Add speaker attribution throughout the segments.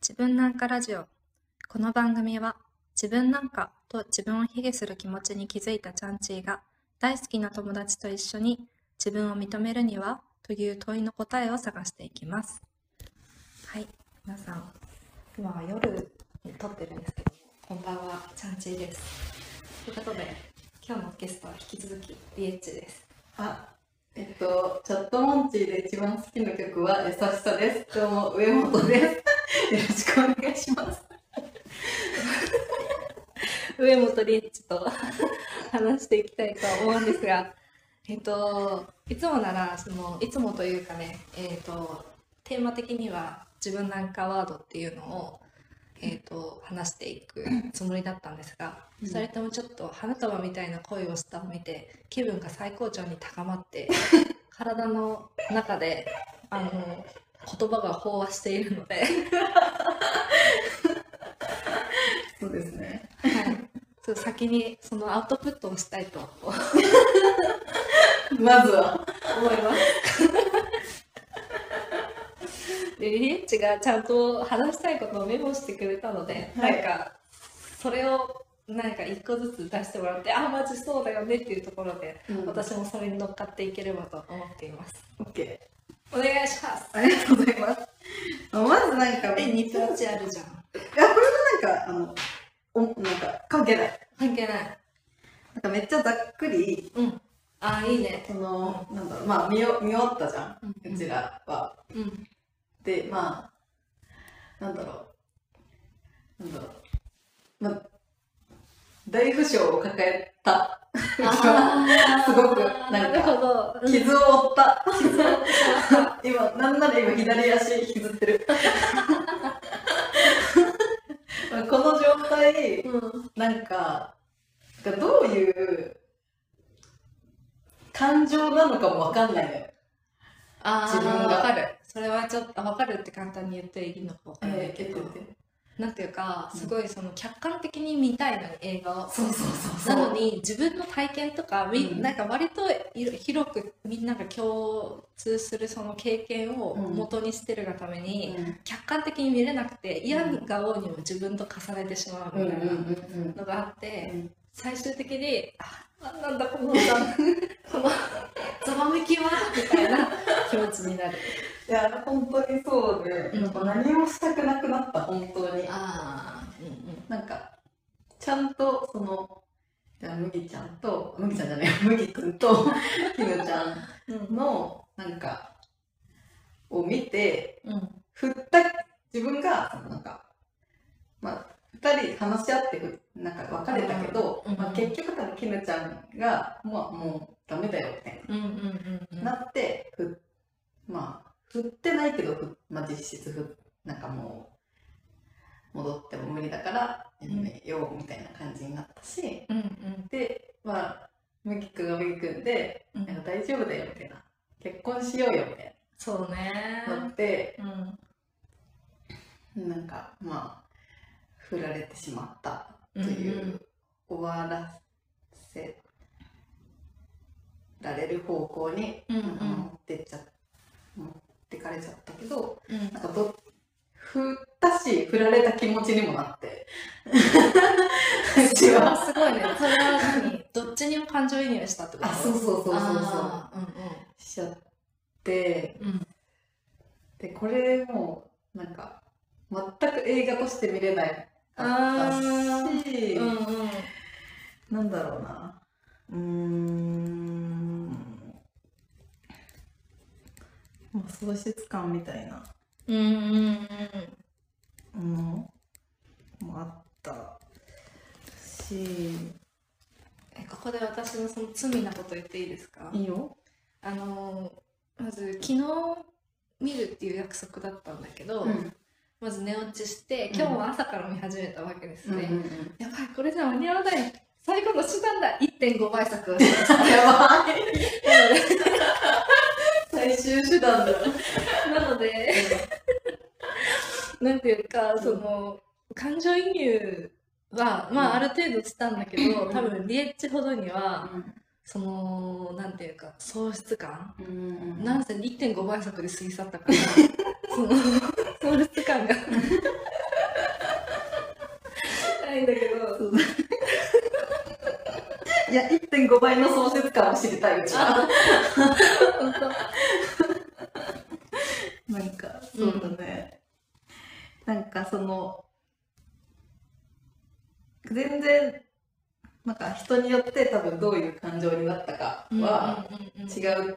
Speaker 1: 自分なんかラジオこの番組は自分なんかと自分を卑下する気持ちに気づいたチャンチーが大好きな友達と一緒に自分を認めるにはという問いの答えを探していきますはい皆さん今は夜に撮ってるんですけどこんばんはチャンチーですということで今日のゲストは引き続きリエッチです
Speaker 2: あ、えっと、チャットモンチーで一番好きな曲は優しさです。どうも、上本です。よろしくお願いします。
Speaker 1: 上本リエッチと話していきたいと思うんですが、えっと、いつもならそのいつもというかね、えっと、テーマ的には自分なんかワードっていうのを、えっと、話していくつもりだったんですが、
Speaker 2: うん
Speaker 1: それともちょっと花束みたいな恋をしたを見て気分が最高潮に高まって 体の中であの言葉が飽和しているので、
Speaker 2: そうですね。
Speaker 1: はい、ちょっと先にそのアウトプットをしたいと
Speaker 2: まずは。
Speaker 1: 思い ます。でリエッチがちゃんと話したいことをメモしてくれたので、
Speaker 2: はい
Speaker 1: なんかそれをなんか一個ずつ出してもらってあマジそうだよねっていうところで、
Speaker 2: うん
Speaker 1: 私もそれに乗っかっていければと思っています
Speaker 2: OK。
Speaker 1: お願いします
Speaker 2: ありがとうございます。あまずなんか、
Speaker 1: え
Speaker 2: い
Speaker 1: 日
Speaker 2: や、こ
Speaker 1: 本ちあるじゃん
Speaker 2: れはなんか、あの、おなんか、関係ない。
Speaker 1: 関係ない
Speaker 2: なんかめっちゃざっくり、
Speaker 1: うんあいいね
Speaker 2: その、なんだろう、まあ、見よ、見終わったじゃ
Speaker 1: うん
Speaker 2: ん。うちらは。
Speaker 1: うん
Speaker 2: で、まあ、なんだろう。なんだろう。まあ、大負傷を抱えた。
Speaker 1: あー
Speaker 2: すごくなんか
Speaker 1: なるほどうん
Speaker 2: 傷を負った。今、なんなら今左足引きずっ てる。この状態、
Speaker 1: うん
Speaker 2: なんか、なんかどういう感情なのかもわかんないのよ。
Speaker 1: あ
Speaker 2: 自分
Speaker 1: あ
Speaker 2: が
Speaker 1: わかるそれはちょっとわかるって簡単に言っていいのかわかんない
Speaker 2: えー
Speaker 1: けど、
Speaker 2: えー
Speaker 1: なんていうか
Speaker 2: うん
Speaker 1: すごいその客観的に見たいのに映画を。
Speaker 2: そうそうそうそう。
Speaker 1: なのに自分の体験とかみ、
Speaker 2: うん
Speaker 1: なんか割といろ広くみんなが共通するその経験を
Speaker 2: うん
Speaker 1: 元にしてるがために、
Speaker 2: うん
Speaker 1: 客観的に見れなくて嫌がおうにも自分と重ねてしまう
Speaker 2: うん
Speaker 1: み
Speaker 2: うん
Speaker 1: たいな
Speaker 2: うん
Speaker 1: のがあって、
Speaker 2: うん。
Speaker 1: 最終的に「あなんだこのこの ざわめきは」みたいな気持ちになる。
Speaker 2: いや、本当にそうで、
Speaker 1: うん
Speaker 2: なんか何もしたくなくなった、本当に。
Speaker 1: あーうんうん
Speaker 2: なんか、ちゃんと、その、じゃあ、麦ちゃんと、麦ちゃんじゃない、 麦くんと、きぬちゃんの、なんか、を見て、
Speaker 1: うん
Speaker 2: 振った、自分が、そのなんか、まあ、二人話し合ってふ、なんか別れたけど、
Speaker 1: うん
Speaker 2: まあ、結局多分きぬちゃんが、まあ、もうダメだよ、みたいな。
Speaker 1: うんうんうんうん
Speaker 2: なって、ふまあ、振ってないけど、ふまあ、実質ふ、なんかもう、戻っても無理だから、やめようみたいな感じになったし、
Speaker 1: うんうん
Speaker 2: で、まあ、麦君が麦君で、
Speaker 1: うん
Speaker 2: なんか大丈夫だよみたいな、結婚しようよみたい
Speaker 1: そうね
Speaker 2: な、なって、
Speaker 1: うん
Speaker 2: なんか、まあ、振られてしまったという、
Speaker 1: うんうん
Speaker 2: 終わらせられる方向に、
Speaker 1: うんうん
Speaker 2: なんか持ってっちゃ持ってかれちゃったけど、
Speaker 1: うん
Speaker 2: なんかど、振ったし、振られた気持ちにもなって。
Speaker 1: そ
Speaker 2: 私
Speaker 1: れ
Speaker 2: は。
Speaker 1: はすごいねそれは何どっちにも感情移入したってこと
Speaker 2: あ、そうそうそうそうそう。
Speaker 1: あー
Speaker 2: しちゃって、
Speaker 1: うんうんうん
Speaker 2: で、これも、なんか、全く映画として見れない
Speaker 1: あ
Speaker 2: し、
Speaker 1: ーうんうん
Speaker 2: なんだろうな。うーん。まあ、喪失感みたいな
Speaker 1: うんうんうん
Speaker 2: ものもあったし、
Speaker 1: えここで私のその罪なこと言っていいですか
Speaker 2: いいよ。
Speaker 1: あのーまず昨日見るっていう約束だったんだけど、まず寝落ちして今日も朝から見始めたわけですね、
Speaker 2: うんうん
Speaker 1: やばいこれじゃ間に合わない最後の手段だ1.5倍速をしました
Speaker 2: うん、やばい最終手段だ
Speaker 1: なので、 なんていうか、その、感情移入は、まあ、あ
Speaker 2: うん
Speaker 1: る程度したんだけど、多分、リエッチほどには、
Speaker 2: う
Speaker 1: その、なんていうか、喪失感
Speaker 2: ん
Speaker 1: なんせ1.5倍速で過ぎ去ったから、その、喪失感が
Speaker 2: 倍の喪失感を知りたい、うちは。なんか、そうだね。なんか、その、全然、なんか人によって多分どういう感情になったかは
Speaker 1: うんうんうんうん
Speaker 2: 違う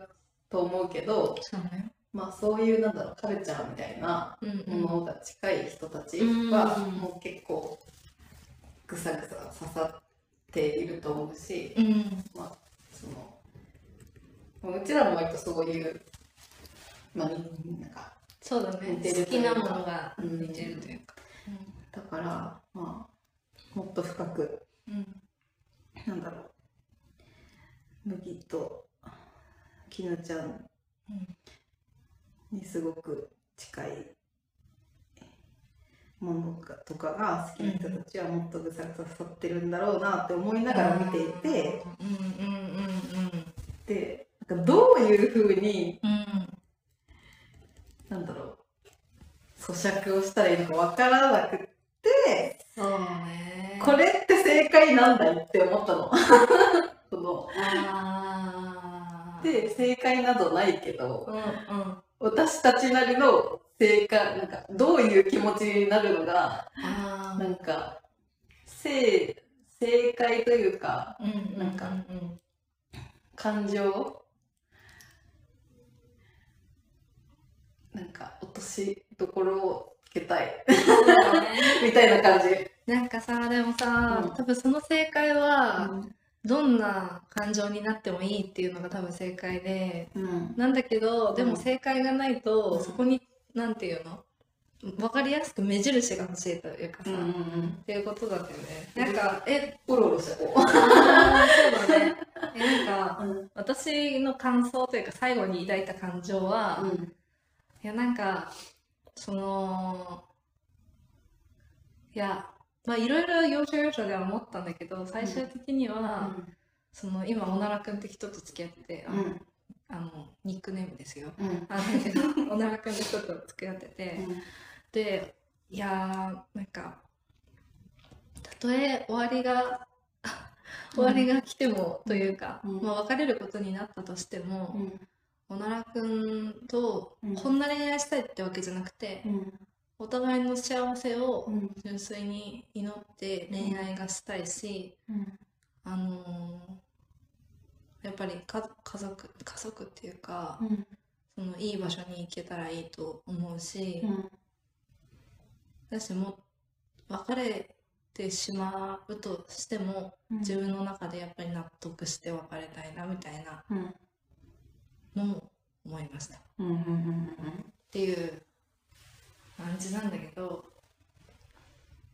Speaker 2: と思うけど、
Speaker 1: そうね
Speaker 2: まあそういうなんだろうカルチャーみたいな
Speaker 1: うんうん
Speaker 2: ものが近い人たち
Speaker 1: う
Speaker 2: は
Speaker 1: ん
Speaker 2: もう結構ぐさぐさ刺さっていると思うし、
Speaker 1: うん
Speaker 2: そのもううちらも割とそういう、まあ、みなんか
Speaker 1: そうだね
Speaker 2: 似てる
Speaker 1: 好きなものが
Speaker 2: うん
Speaker 1: 似てるというか
Speaker 2: だから、まあ、もっと深く
Speaker 1: うん
Speaker 2: なんだろう麦ときぬちゃん
Speaker 1: うん
Speaker 2: にすごく近いものがとかが好きな人たちはもっとぐさぐさ刺さってるんだろうなって思いながら見ていて、
Speaker 1: うんうんうんうん
Speaker 2: でなんかどういうふうに
Speaker 1: うん
Speaker 2: なんだろう咀嚼をしたらいいのかわからなくって
Speaker 1: そうね
Speaker 2: これって正解なんだいって思ったの。 その
Speaker 1: あー
Speaker 2: で正解などないけど
Speaker 1: うんうん
Speaker 2: 私たちなりの正解なんかどういう気持ちになるのが
Speaker 1: あ
Speaker 2: なんか正正解というか
Speaker 1: ーうん
Speaker 2: なんか
Speaker 1: うん
Speaker 2: 感情なんか落としどころをつけたい
Speaker 1: そうだね
Speaker 2: みたいな感じ、
Speaker 1: なんかさでもさ、
Speaker 2: うん
Speaker 1: 多分その正解は、
Speaker 2: うん
Speaker 1: どんな感情になってもいいっていうのが多分正解で
Speaker 2: うん
Speaker 1: なんだけどで
Speaker 2: う
Speaker 1: も
Speaker 2: ん
Speaker 1: 正解がないと、
Speaker 2: うん
Speaker 1: そこになんていうの分かりやすく目印が欲しいというか
Speaker 2: う
Speaker 1: さ、
Speaker 2: んう
Speaker 1: っ
Speaker 2: ん
Speaker 1: ていうことだったよねなんかえ
Speaker 2: うろうろしてこ
Speaker 1: あーそうだねえなんか
Speaker 2: う、うん
Speaker 1: 私の感想というか最後に抱いた感情は、いやなんかそのいやまあいろいろ要所要所では思ったんだけど最終的には、その今おならくんって人と付き合ってて、あの
Speaker 2: うん
Speaker 1: あのニックネームですよ
Speaker 2: うん
Speaker 1: あだけどおならくんって人と付き合ってて、でいやーなんかたとえ終わりが 終わりが来てもというか、
Speaker 2: うん
Speaker 1: まあ、別れることになったとしても、おならくんと
Speaker 2: うん
Speaker 1: こんな恋愛したいってわけじゃなくて、お互いの幸せを純粋に祈って恋愛がしたいし、あのーやっぱりか家族家族っていうか、そのいい場所に行けたらいいと思うし、だしもう別れてしまうとしても自分の中でやっぱり納得して別れたいなみたいなのを思いましたっ
Speaker 2: うんうんうん
Speaker 1: ていう感じなんだけど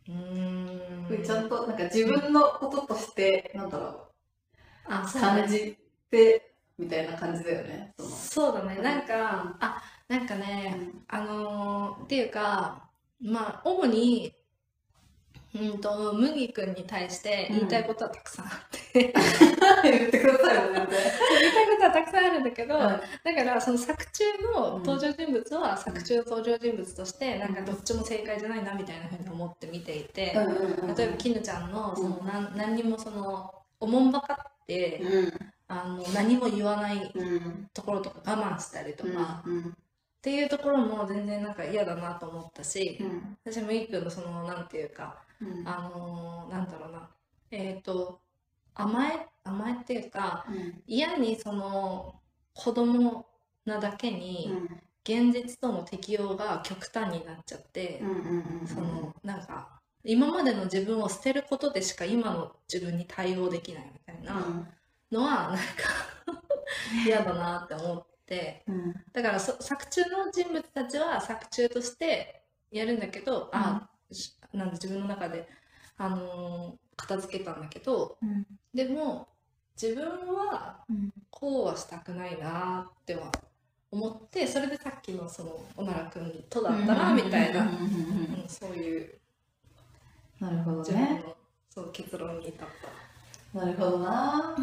Speaker 1: うー
Speaker 2: うんんちゃんとなんか自分のこととしてなんだろう
Speaker 1: あそうだね
Speaker 2: 感じてみたいな感じだよね。その
Speaker 1: そうだねなんかあなんかね、あのーっていうかまあ主にうんと麦君に対して言いたいことはたくさんあって、 言い
Speaker 2: 言ってくださいよ全
Speaker 1: たい
Speaker 2: 然。
Speaker 1: ことはたくさんあるんだけど、
Speaker 2: うん
Speaker 1: だからその作中の登場人物は作中の登場人物として、なんかどっちも正解じゃないなみたいなふうに思って見ていて、例えばきぬちゃんのその、
Speaker 2: うん
Speaker 1: なん、何にもそのおもんばかって、あの何も言わない
Speaker 2: うんうん
Speaker 1: ところとか我慢したりとか、っ
Speaker 2: うん
Speaker 1: ていうところも全然なんか嫌だなと思ったし。
Speaker 2: うん
Speaker 1: 私もいくんのそのなんていうか
Speaker 2: うん
Speaker 1: あのーなんだろうなえっ、と甘え甘えっていうか嫌にその子供なだけ
Speaker 2: うん
Speaker 1: に現実との適応が極端になっちゃって
Speaker 2: う、んうんうん
Speaker 1: そのなんか今までの自分を捨てることでしか今の自分に対応できないみたいなのはなんか 嫌だなって思って。
Speaker 2: うん
Speaker 1: だからそ作中の人物たちは作中としてやるんだけど、あしなんだ自分の中で、あのー片付けたんだけど
Speaker 2: うん
Speaker 1: でも自分は
Speaker 2: うん
Speaker 1: こうはしたくないなっては思ってそれでさっきのそのおならくんとだったらみたいな、
Speaker 2: うんうんうん
Speaker 1: うんそういう
Speaker 2: うんなるほど
Speaker 1: 自分の、
Speaker 2: ね。
Speaker 1: そう結論に至った
Speaker 2: なるほどな。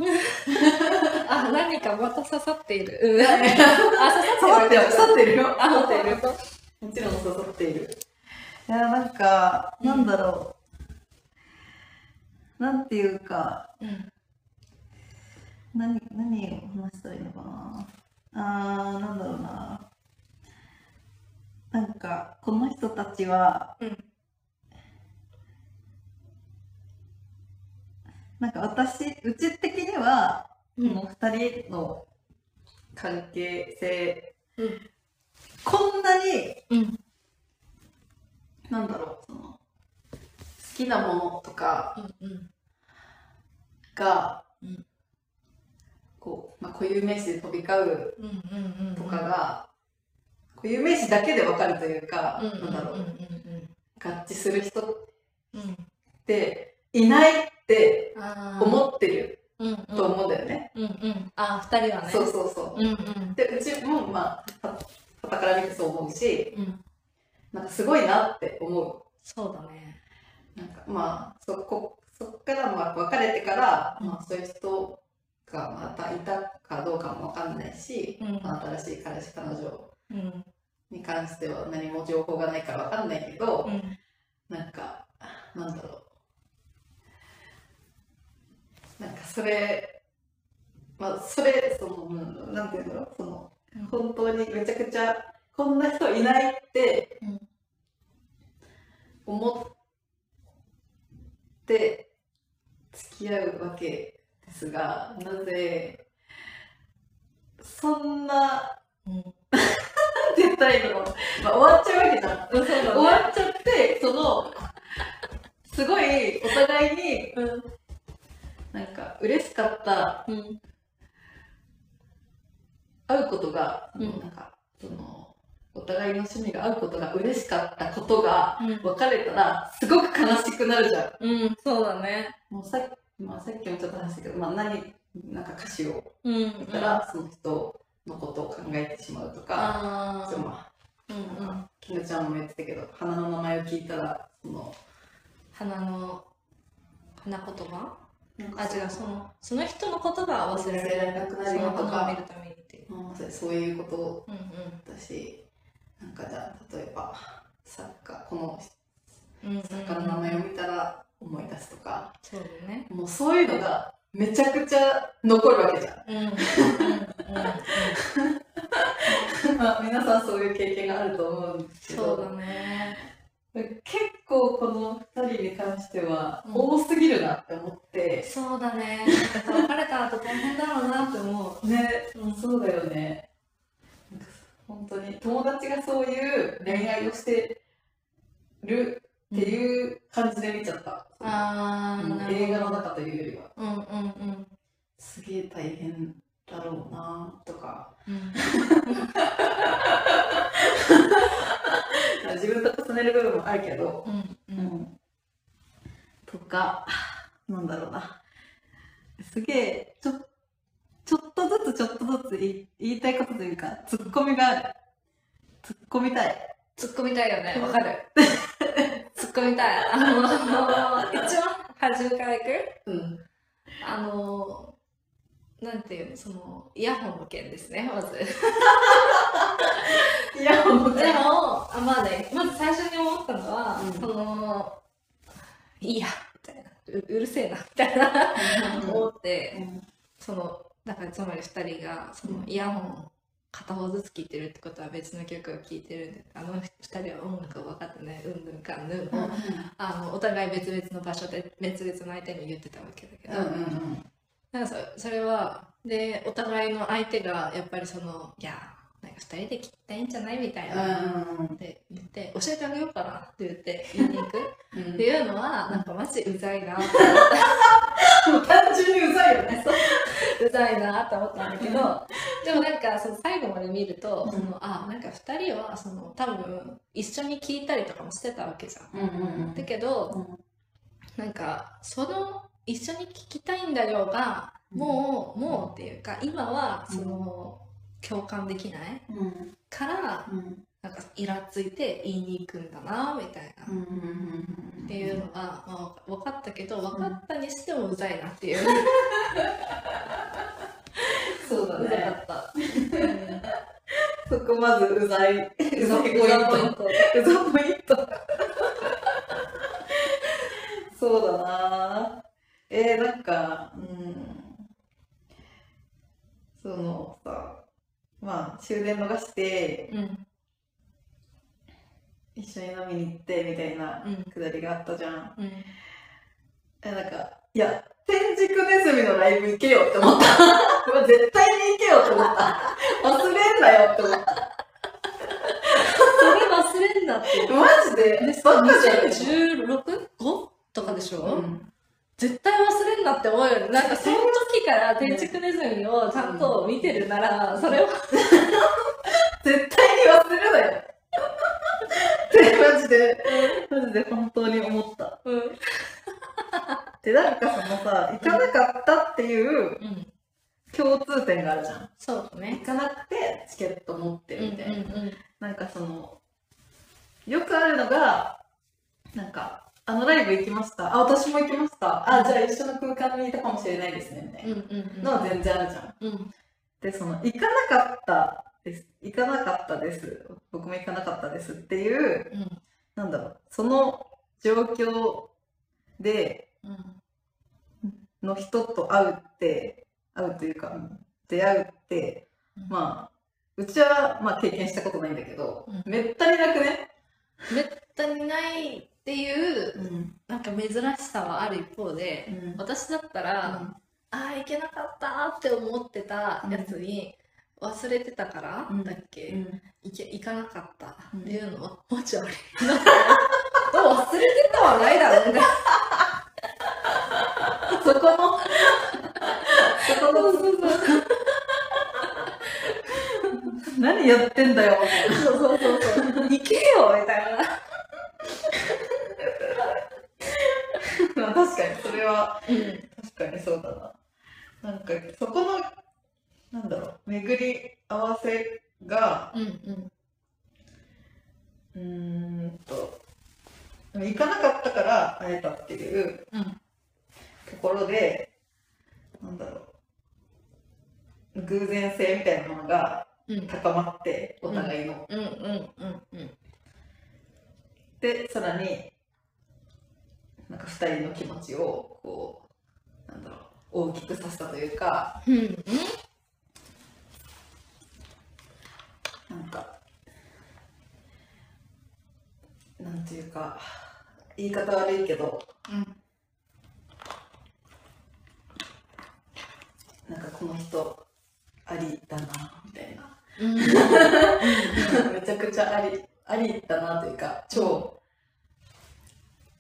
Speaker 1: あ何かまた刺さっている、うん、あ刺
Speaker 2: 刺
Speaker 1: さ
Speaker 2: さ
Speaker 1: っ
Speaker 2: ってて
Speaker 1: る
Speaker 2: る刺さってる よ。
Speaker 1: あ刺さってる
Speaker 2: もちろん刺さっている。いやなんかなんだろう。なんていうか。
Speaker 1: うん
Speaker 2: 何何を話したらいいのかなあーなんだろうななんかこの人たちは、
Speaker 1: うん
Speaker 2: なんか私うち的には、
Speaker 1: うん
Speaker 2: この2人の関係性、
Speaker 1: うん
Speaker 2: こんなに
Speaker 1: うん
Speaker 2: なんだろうその好きなものとか
Speaker 1: うん
Speaker 2: が、
Speaker 1: うん
Speaker 2: こう、まあ、固有名詞で飛び交う
Speaker 1: うんうんうん
Speaker 2: とかが、固有名詞だけでわかるというか、
Speaker 1: うんうんうん
Speaker 2: なんだろう、
Speaker 1: う
Speaker 2: 合致する人っ
Speaker 1: んうん
Speaker 2: ていないって
Speaker 1: あー
Speaker 2: 思ってる
Speaker 1: うんうん
Speaker 2: と思うんだよね。
Speaker 1: うんうんあー二人はね
Speaker 2: そうそうそう。
Speaker 1: うんうん
Speaker 2: で、うちも、まあ、ははたから見てそう思うし、
Speaker 1: うん
Speaker 2: なんかすごいなって思
Speaker 1: そうだね
Speaker 2: う。なんか、まあ、そこ、そっから、まあ、別れてから、
Speaker 1: うん
Speaker 2: まあ、そういう人がまたいたかどうかもわかんないし、
Speaker 1: うん
Speaker 2: まあ、新しい彼氏、彼女
Speaker 1: うん
Speaker 2: に関しては何も情報がないからわかんないけど、
Speaker 1: うん
Speaker 2: なんか、なんだろう。なんかそれ、まあそれ、その、うんなんていうんだろう、その、
Speaker 1: うん
Speaker 2: 本当にめちゃくちゃ、こんな人いないって
Speaker 1: うん、
Speaker 2: 思って付き合うわけですが、なぜ、そんな、
Speaker 1: うん
Speaker 2: なんて言ったらいいのまあ終わっちゃうわけじゃん。
Speaker 1: そうだ
Speaker 2: 終わっちゃってそのすごいお互いに
Speaker 1: うん
Speaker 2: なんか嬉しかった
Speaker 1: うん
Speaker 2: 会うことが、
Speaker 1: うん
Speaker 2: なんかそのお互いの趣味が合うことが嬉しかったことが別れたらすごく悲しくなるじゃ
Speaker 1: うんうんそうだね
Speaker 2: んもうさっき、まあ、さっきもちょっと話したけど、まあ、何なんか歌詞を
Speaker 1: うんうん
Speaker 2: 見たら、その人のことを考えてしまうとか、
Speaker 1: あ
Speaker 2: ちょっと
Speaker 1: ー
Speaker 2: ま
Speaker 1: う
Speaker 2: あ
Speaker 1: んうん
Speaker 2: きぬちゃんも言ってたけど花の名前を聞いたらその
Speaker 1: 花の花言葉
Speaker 2: なんか
Speaker 1: あ違うそのその人の言葉は忘れられなくなるよとか見るためにっていう
Speaker 2: うんそうそういうことを
Speaker 1: うん
Speaker 2: だしなんかじゃあ例えば作家この
Speaker 1: うんうん
Speaker 2: 作家の名前を見たら思い出すとか、
Speaker 1: そうだね
Speaker 2: もうそういうのがめちゃくちゃ残るわけじゃ
Speaker 1: うんうんうんうん
Speaker 2: ん まあ皆さんそういう経験があると思うんですけ
Speaker 1: そう
Speaker 2: ど
Speaker 1: だね
Speaker 2: 結構この2人に関しては
Speaker 1: うん
Speaker 2: 多すぎるなって思って、
Speaker 1: そうだねなんか別れた後大変だろうなって思
Speaker 2: ね
Speaker 1: ううん
Speaker 2: そうだよねなんか本当に友達がそういう恋愛をしてるっていう感じで見ちゃった、
Speaker 1: ああ
Speaker 2: うん
Speaker 1: なるほど
Speaker 2: 映画の中というよりは。
Speaker 1: うんうんうん
Speaker 2: すげえ大変だろうなとか
Speaker 1: うん
Speaker 2: 自分と重ねる部分もあるけど、
Speaker 1: うんう
Speaker 2: うんん、とかなんだろうなすげえちょちょっとずつちょっとずつ言い言いたいことというかツッコミがあるツッコみたい
Speaker 1: 突っ込みたいよねわかる 突っ込みたいあの一応初めからいく
Speaker 2: うん
Speaker 1: あのー、なんていうの、その、イヤホンの件ですね、まず。
Speaker 2: いやも う
Speaker 1: でも、あまあね、まず最初に思ったのは、
Speaker 2: うん
Speaker 1: その、いいや、みたいな、ううるせえな、みたいな、思って、その、だからつまり二人が、その、イヤホン、片方ずつ聴いてるってことは別の曲を聴いてるんで、あの二人は音楽を分かってない、うんぬんかんぬんを、あの、お互い別々の場所で、別々の相手に言ってたわけだけど、なんかそそれはでお互いの相手がやっぱりそのいやなんか2人で切ったらいいんじゃないみたいなって言って教えてあげようかなって言って言いに行くっていうのはなんかマジうざいな
Speaker 2: 単純にうざいよね。
Speaker 1: うざいなと思ったんだけどでもなんかその最後まで見ると
Speaker 2: うん
Speaker 1: そのあなんか2人はその多分一緒に聞いたりとかもしてたわけじゃん。だけど、なんかその一緒に聞きたいんだよがもう、もうっていうか今はその、共感できないからなんかイラついて言いに行くんだなみたいな、っていうのが、まあ、分かったけど分かったにしてもうざいなっていう、
Speaker 2: そうだ
Speaker 1: うざか
Speaker 2: ね。
Speaker 1: った
Speaker 2: そこまずうざい。うざいポイ
Speaker 1: ト
Speaker 2: ント。うざポイント。そうだな。えー、なんか、うん。そのさまあ終電逃して
Speaker 1: うん
Speaker 2: 一緒に飲みに行ってみたいな
Speaker 1: うん
Speaker 2: くだりがあったじゃん
Speaker 1: うん
Speaker 2: えなんかいや天竺ネズミのライブ行けよって思った うわ絶対に行けよって思った忘れんなよって思った
Speaker 1: それ忘れんだ って
Speaker 2: マジで
Speaker 1: で
Speaker 2: バカじゃん
Speaker 1: 2016?5? とかでしょ、
Speaker 2: うん
Speaker 1: 絶対忘れんなって思うよねなんかその時から天竺ネズミをちゃんと見てるなら、それを
Speaker 2: 絶対に忘れるなよって マジでマジで本当に思った
Speaker 1: うん
Speaker 2: でなんかそのさ行かなかったっていう
Speaker 1: うん
Speaker 2: 共通点があるじゃん
Speaker 1: そうだね
Speaker 2: 行かなくてチケット持って
Speaker 1: うんうん
Speaker 2: るみたいな、なんかそのよくあるのがなんか「あのライブ行きましたあ私も行きましたあじゃあ一緒の空間にいたかもしれないですね」みたい
Speaker 1: うんうんうん
Speaker 2: なのは全然あるじゃん。
Speaker 1: うん
Speaker 2: でその「行かなかったです行かなかったです僕も行かなかったです」っていう
Speaker 1: うん
Speaker 2: なんだろうその状況で
Speaker 1: うん
Speaker 2: の人と会うって会うというか出会うって
Speaker 1: うん
Speaker 2: まあうちは、まあ、経験したことないんだけど、
Speaker 1: うん
Speaker 2: めったになくね、
Speaker 1: めったにないっていうなんか珍しさはある一方で、
Speaker 2: うん
Speaker 1: 私だったら、ああいけなかったって思ってたやつに、忘れてたから、
Speaker 2: うん
Speaker 1: だっけ、
Speaker 2: うん
Speaker 1: いけ行かなかった
Speaker 2: うん
Speaker 1: っていうのは、マジあれなんか忘れてたはないだろうね
Speaker 2: そこのそこの
Speaker 1: そうそうそう
Speaker 2: 何やってんだよみたいな
Speaker 1: そうそうそう行けよみたいな
Speaker 2: まあ確かにそれは
Speaker 1: うん
Speaker 2: 確かにそうだななんかそこのなんだろう巡り合わせが
Speaker 1: うん
Speaker 2: うーんとでも行かなかったから会えたっていう
Speaker 1: うん
Speaker 2: ところでなんだろう偶然性みたいなものが
Speaker 1: うん
Speaker 2: 高まってお互いの、
Speaker 1: うんうんうんうん
Speaker 2: でさらになんか2人の気持ちをこうなんだろう大きくさせたというか
Speaker 1: うんうん
Speaker 2: なんかなんていうか言い方悪いけどなんかこの人ありだなみたいな
Speaker 1: うんうん
Speaker 2: めちゃくちゃありありだなというか超、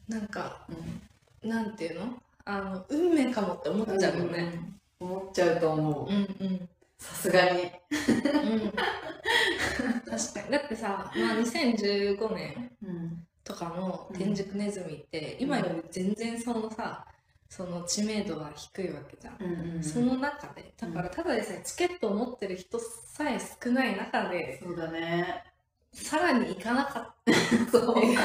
Speaker 1: なんか
Speaker 2: うん
Speaker 1: なんていうのあの運命かもって思っちゃうよね
Speaker 2: 思っちゃうと思
Speaker 1: うんうん
Speaker 2: うさすがに
Speaker 1: うん確かにだってさ、まあ、2015年
Speaker 2: うん
Speaker 1: とかも
Speaker 2: うん
Speaker 1: 天竺ネズミって、今より全然そのさその知名度は低いわけじゃん、
Speaker 2: うんうん
Speaker 1: その中でだからただでさえチケットを持ってる人さえ少ない中で
Speaker 2: そうだね
Speaker 1: さらに行かなかっ
Speaker 2: そう
Speaker 1: え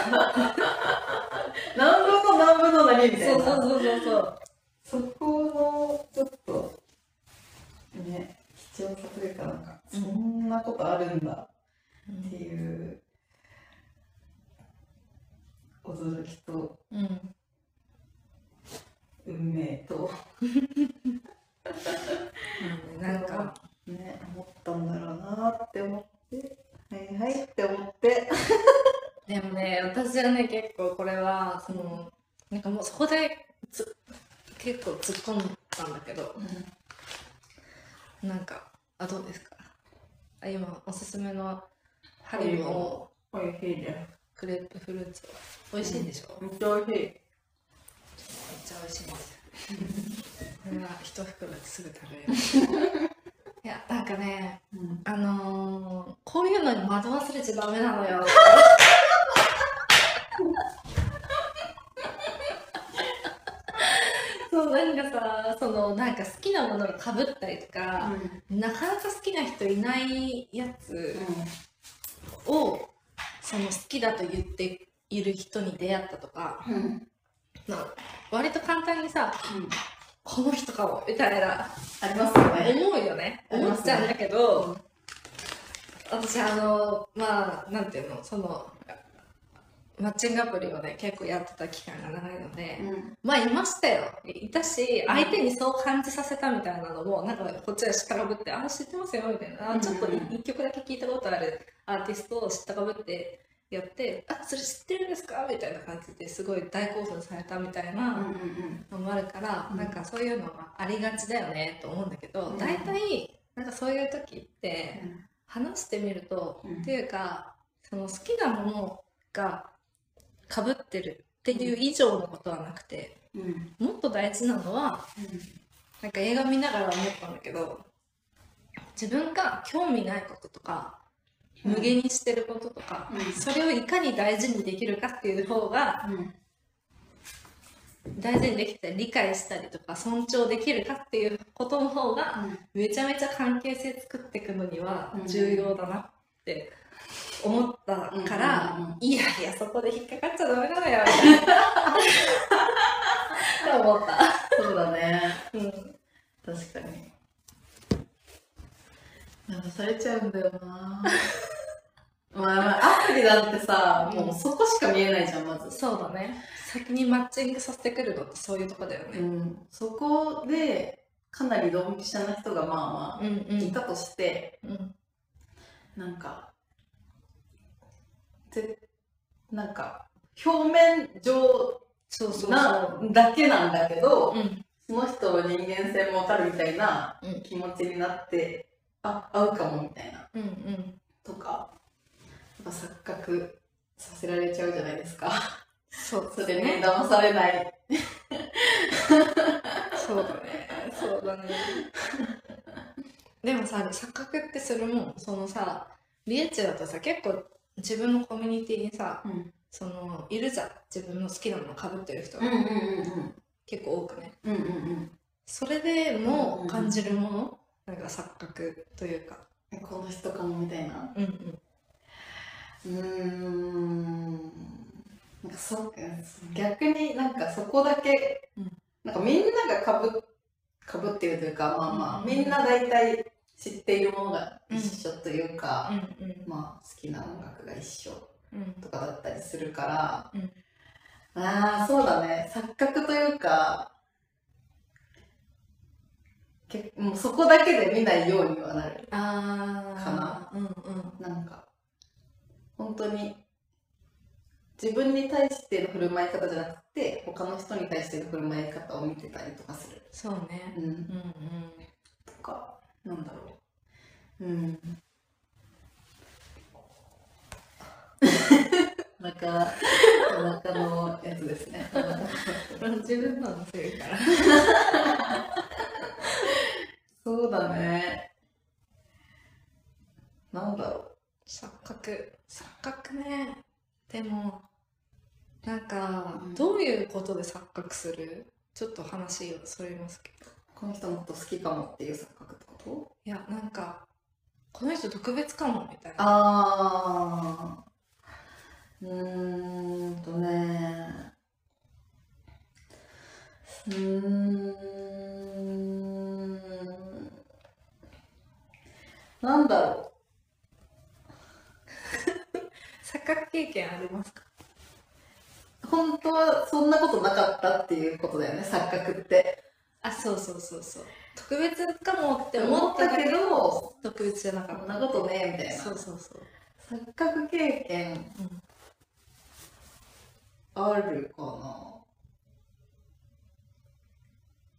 Speaker 2: 何分の何分の何み
Speaker 1: た
Speaker 2: たいな
Speaker 1: そうそうそうそう
Speaker 2: そこのちょっとね貴重さというかなんかそ
Speaker 1: うん
Speaker 2: んなことあるんだ
Speaker 1: うん
Speaker 2: っていう驚きと
Speaker 1: うん
Speaker 2: 運命と
Speaker 1: なんか
Speaker 2: ね思ったんだろうなって思ってはいはいって思って
Speaker 1: でもね私はね結構これはそのなんかもうそこでつ結構突っ込んだんだけどなんかあどうですかあ今おすすめのハリボーを
Speaker 2: おいしいで
Speaker 1: クレープフルーツ美味しいでしょ、
Speaker 2: すめっちゃおいしい
Speaker 1: めっちゃ美味しいですこれは一袋ですぐ食べれるいやなんかね
Speaker 2: うん
Speaker 1: あのー、こういうのに惑わされちゃダメなのよそうなんかさそのなんか好きなものがかぶったりとか、なかなか好きな人いないやつをその好きだと言っている人に出会ったとか、
Speaker 2: うん
Speaker 1: な割と簡単にさこの人かもみたいな
Speaker 2: ありますよね
Speaker 1: 思うよね
Speaker 2: あり
Speaker 1: 思
Speaker 2: ま
Speaker 1: っ
Speaker 2: すね
Speaker 1: ちゃうんだけど、私あのまあなんていうのそのマッチングアプリをね、結構やってた期間が長いので、まあいましたよ。いたし、相手にそう感じさせたみたいなのも、なんかこっちは知ったかぶって、あ、知ってますよ、みたいな。あちょっと
Speaker 2: うんうん
Speaker 1: 一曲だけ聞いたことあるアーティストを知ったかぶってやって、あ、それ知ってるんですかみたいな感じですごい大興奮されたみたいなのもあるから、
Speaker 3: うん
Speaker 1: なんかそういうのはありがちだよね、と思うんだけど
Speaker 2: う、ん
Speaker 1: 大体、なんかそういう時って、話してみると、
Speaker 2: うん
Speaker 1: っていうかその好きなものがかぶってるっていう以上のことはなくて、もっと大事なのはなんか映画見ながら思ったんだけど自分が興味ないこととか
Speaker 2: うん
Speaker 1: 無限にしてることとか、それをいかに大事にできるかっていう方が大事にできて理解したりとか尊重できるかっていうことの方がめちゃめちゃ関係性作っていくのには
Speaker 2: うん
Speaker 1: 重要だなって思ったから、
Speaker 2: うんうんうん
Speaker 1: いやいやそこで引っかかっちゃダメなのよみたいなって思った、
Speaker 2: そうだね
Speaker 1: うん、
Speaker 2: 確かに流されちゃうんだよなまあまあアプリだってさもうそこしか見えないじゃんまず、
Speaker 1: そうだね先にマッチングさせてくるのってそういうとこだよ
Speaker 2: う
Speaker 1: ね、
Speaker 2: ん、そこでかなりドンピシャな人がまあま
Speaker 1: うん、う
Speaker 2: あい
Speaker 1: ん
Speaker 2: たとして、
Speaker 1: うん
Speaker 2: なんかぜなんか表面上
Speaker 1: そうそうそう
Speaker 2: なだけなんだけど、
Speaker 1: うん
Speaker 2: その人の人間性もわかるみたいな
Speaker 1: うん
Speaker 2: 気持ちになって、あ合うかもみたいな
Speaker 1: うんうん
Speaker 2: とかやっぱ錯覚させられちゃうじゃないですか
Speaker 1: そう
Speaker 2: それね騙されない
Speaker 1: そうだねそうだねでもさ錯覚ってするもんそのさリエッチだとさ結構自分のコミュニティにさ
Speaker 2: うん
Speaker 1: そのいるじゃん自分の好きなものかぶってる人
Speaker 2: うん
Speaker 1: が
Speaker 2: うん
Speaker 1: 結構多くね
Speaker 2: うんうんうんうん
Speaker 1: それで
Speaker 2: うんうん
Speaker 1: も
Speaker 2: うん
Speaker 1: 感じるものなんか錯覚というか
Speaker 2: うんこの人かもみたいな
Speaker 1: うんうん
Speaker 2: うーんなんかそっか逆になんかそこだけ、
Speaker 1: うん
Speaker 2: なんかみんながかぶかぶってるというかまあまあ、
Speaker 1: うん
Speaker 2: みんな大体知っているものが一緒というか、
Speaker 1: うんうん
Speaker 2: まあ、好きな音楽が一緒
Speaker 1: うん
Speaker 2: とかだったりするから、
Speaker 1: うん
Speaker 2: ああそうだね錯覚というかけもうそこだけで見ないようにはなる
Speaker 1: あー
Speaker 2: かな
Speaker 1: うんうん
Speaker 2: なんか本当に自分に対しての振る舞い方じゃなくて他の人に対しての振る舞い方を見てたりとかする、
Speaker 1: そうね
Speaker 2: うん
Speaker 1: う、んうん
Speaker 2: とかなんだろううん お腹お腹のやつですね
Speaker 1: 自分の強いから
Speaker 2: そうだねなんだろ
Speaker 1: 錯覚錯覚ねでもなんか
Speaker 2: うん
Speaker 1: どういうことで錯覚するちょっと話をそれますけど
Speaker 2: うこの人もっと好きかもっていう錯覚ってこと
Speaker 1: いやなんかこの人特別かもみたいな
Speaker 2: あーうーんとねうーんなんだろう
Speaker 1: 錯覚経験ありますか
Speaker 2: 本当はそんなことなかったっていうことだよね錯覚って
Speaker 1: あそうそうそうそう特別かもって
Speaker 2: 思
Speaker 1: 思
Speaker 2: っ
Speaker 1: った
Speaker 2: た
Speaker 1: け
Speaker 2: け
Speaker 1: ど
Speaker 2: ど
Speaker 1: 特別じゃなか
Speaker 2: そ
Speaker 1: った
Speaker 2: んなことねみたい
Speaker 1: そ
Speaker 2: な
Speaker 1: うそうそう
Speaker 2: 錯覚経験
Speaker 1: うん
Speaker 2: あるか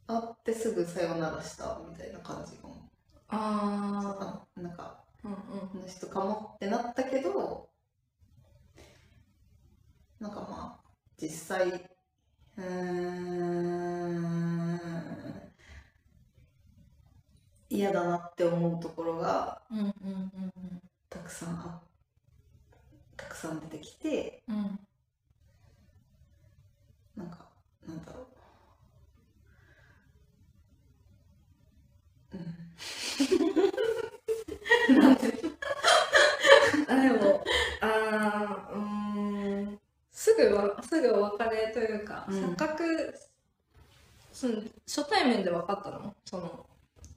Speaker 2: な会ってすぐさよならしたみたいな感じかも
Speaker 1: あ
Speaker 2: あなんか
Speaker 1: あうんうん
Speaker 2: この人かもってなったけどなんかまあ実際うーん嫌だなって思うところが
Speaker 1: うんうんうん
Speaker 2: たくさんあたくさん出てきて
Speaker 1: うんうん
Speaker 2: なんかなんだろううんなんで
Speaker 1: あでもあーうーんすぐわすぐお別れというか、
Speaker 2: う
Speaker 1: 錯
Speaker 2: ん
Speaker 1: 覚その初対面で分かったのその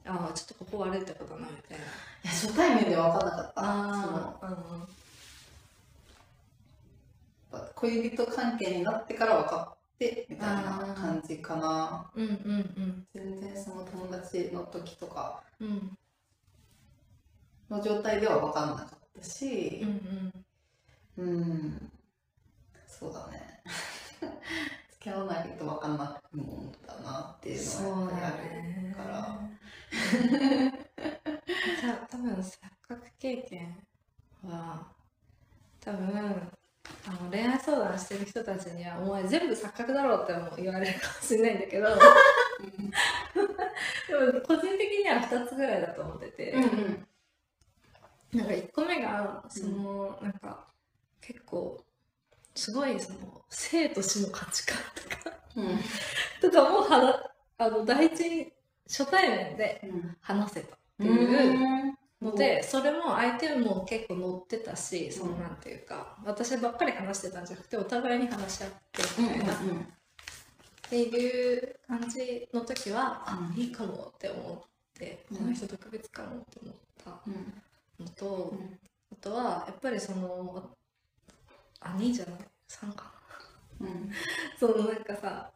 Speaker 1: ああちょっとここ悪いってことだなみたいない
Speaker 2: や初対面では分かんなかったその
Speaker 1: ああ
Speaker 2: やっぱ恋人関係になってから分かってみたいな感じかな
Speaker 1: うんうん
Speaker 2: 全然その友達の時とか
Speaker 1: うんうん
Speaker 2: の状態では分かんなかったし
Speaker 1: うんうん
Speaker 2: うんそうだね 付き合わないと分かんないもんだなっていう
Speaker 1: そう
Speaker 2: のはや
Speaker 1: だ
Speaker 2: っぱりある
Speaker 1: ね
Speaker 2: から
Speaker 1: じゃあ多分錯覚経験は多分あの恋愛相談してる人たちには「お前全部錯覚だろ」っても言われるかもしれないんだけ どでも個人的には2つぐらいだと思ってて、
Speaker 2: うん
Speaker 1: なんか1個目がその、なんか結構すごいその生と死の価値観とか
Speaker 2: うんうん
Speaker 1: とかもはなあの第一初対面で話せたっていう。ので、それも相手も結構乗ってたし、そのなんていうか、私ばっかり話してたんじゃなくて、お互いに話し合ってみたいな、っていう感じの時は、あ
Speaker 2: う、ん
Speaker 1: いいかもって思って、
Speaker 2: うん
Speaker 1: この人特別かもって思ったのと、あとは、やっぱりその、兄じゃない、さんかな。そのなん かさ、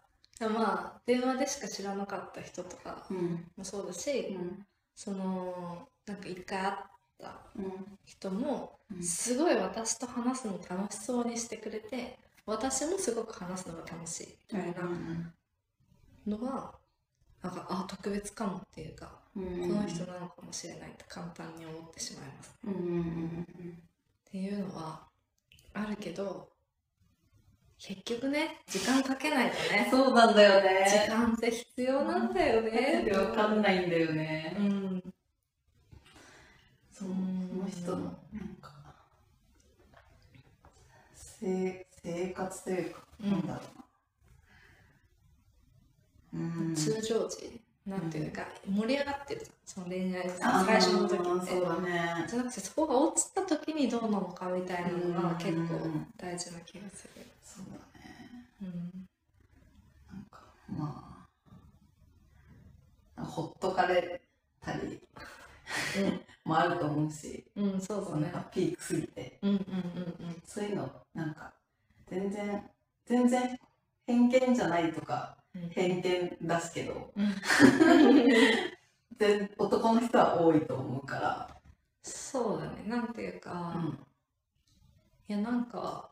Speaker 1: まあ、電話でしか知らなかった人とかもそうだし、その、なんか一回会った人も、すごい私と話すの楽しそうにしてくれて私もすごく話すのが楽しいみたいなのはなんかあ特別かもっていうか、この人なのかもしれないって簡単に思ってしまいますっていうのはあるけど結局ね時間かけないとね
Speaker 2: そうなんだよ
Speaker 1: 時
Speaker 2: ね。
Speaker 1: 間って必要なんだよね
Speaker 2: わかんないんだよね
Speaker 1: う。ん
Speaker 2: そう、その人の、なんか、せ生活というか、
Speaker 1: うん
Speaker 2: なんだろうな。うん。
Speaker 1: 通常時なんていうか盛り上がってるじゃんその恋愛の
Speaker 2: あ
Speaker 1: さ
Speaker 2: ー
Speaker 1: 最初の時って
Speaker 2: そうだね。
Speaker 1: じゃなくてそこが落ちた時にどうなのかみたいなのが結構
Speaker 2: うん
Speaker 1: 大事な気がする。
Speaker 2: そうだね。
Speaker 1: うん
Speaker 2: なんか、まあ、ほっとかれたりもあると思うし、
Speaker 1: うん、うん、そう
Speaker 2: そ
Speaker 1: だ
Speaker 2: うなん
Speaker 1: ね。
Speaker 2: かピークすぎて、
Speaker 1: うんうん
Speaker 2: そういうの、なんか、全然、全然偏見じゃないとか、
Speaker 1: うん
Speaker 2: 偏見出すけど、
Speaker 1: うんうん。
Speaker 2: 全男の人は多いと思うから、
Speaker 1: そうだね。なんていうか、
Speaker 2: うん
Speaker 1: いやなんか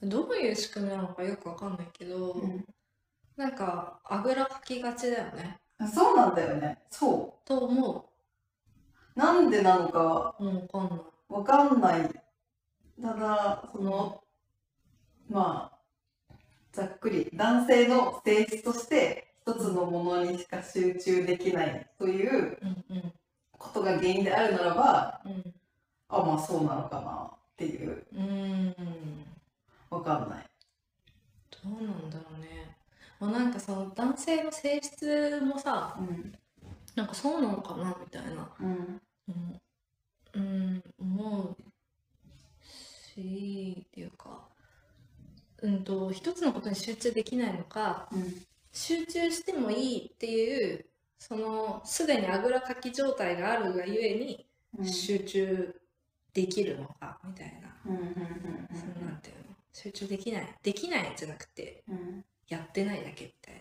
Speaker 1: どういう仕組みなのかよくわかんないけど、なんかあぐらかきがちだよね。
Speaker 2: あそうなんだよね。そ
Speaker 1: と思
Speaker 2: う。なんでなのか
Speaker 1: う。もうわかんない。
Speaker 2: わかんない。ただ、その、まあ、ざっくり、男性の性質として、一つのものにしか集中できないという
Speaker 1: うんうん
Speaker 2: ことが原因であるならば、
Speaker 1: うん
Speaker 2: あ、まあそうなのかなっていう、
Speaker 1: うーん。
Speaker 2: わかんない。
Speaker 1: どうなんだろうね。まあなんかその男性の性質もさ、
Speaker 2: うん。
Speaker 1: なんかそうなのかなみたいな。
Speaker 2: うん。
Speaker 1: うん、うん、思うしっていうか、うんと、一つのことに集中できないのか、
Speaker 2: うん。
Speaker 1: 集中してもいいっていう、その、すでにあぐらかき状態があるがゆえに、
Speaker 2: うん。
Speaker 1: 集中できるのか、みたいな。
Speaker 2: うん。うん。
Speaker 1: そのなんていうの集中できない。できないじゃなくて、
Speaker 2: うん。うん。
Speaker 1: やってないだけみたい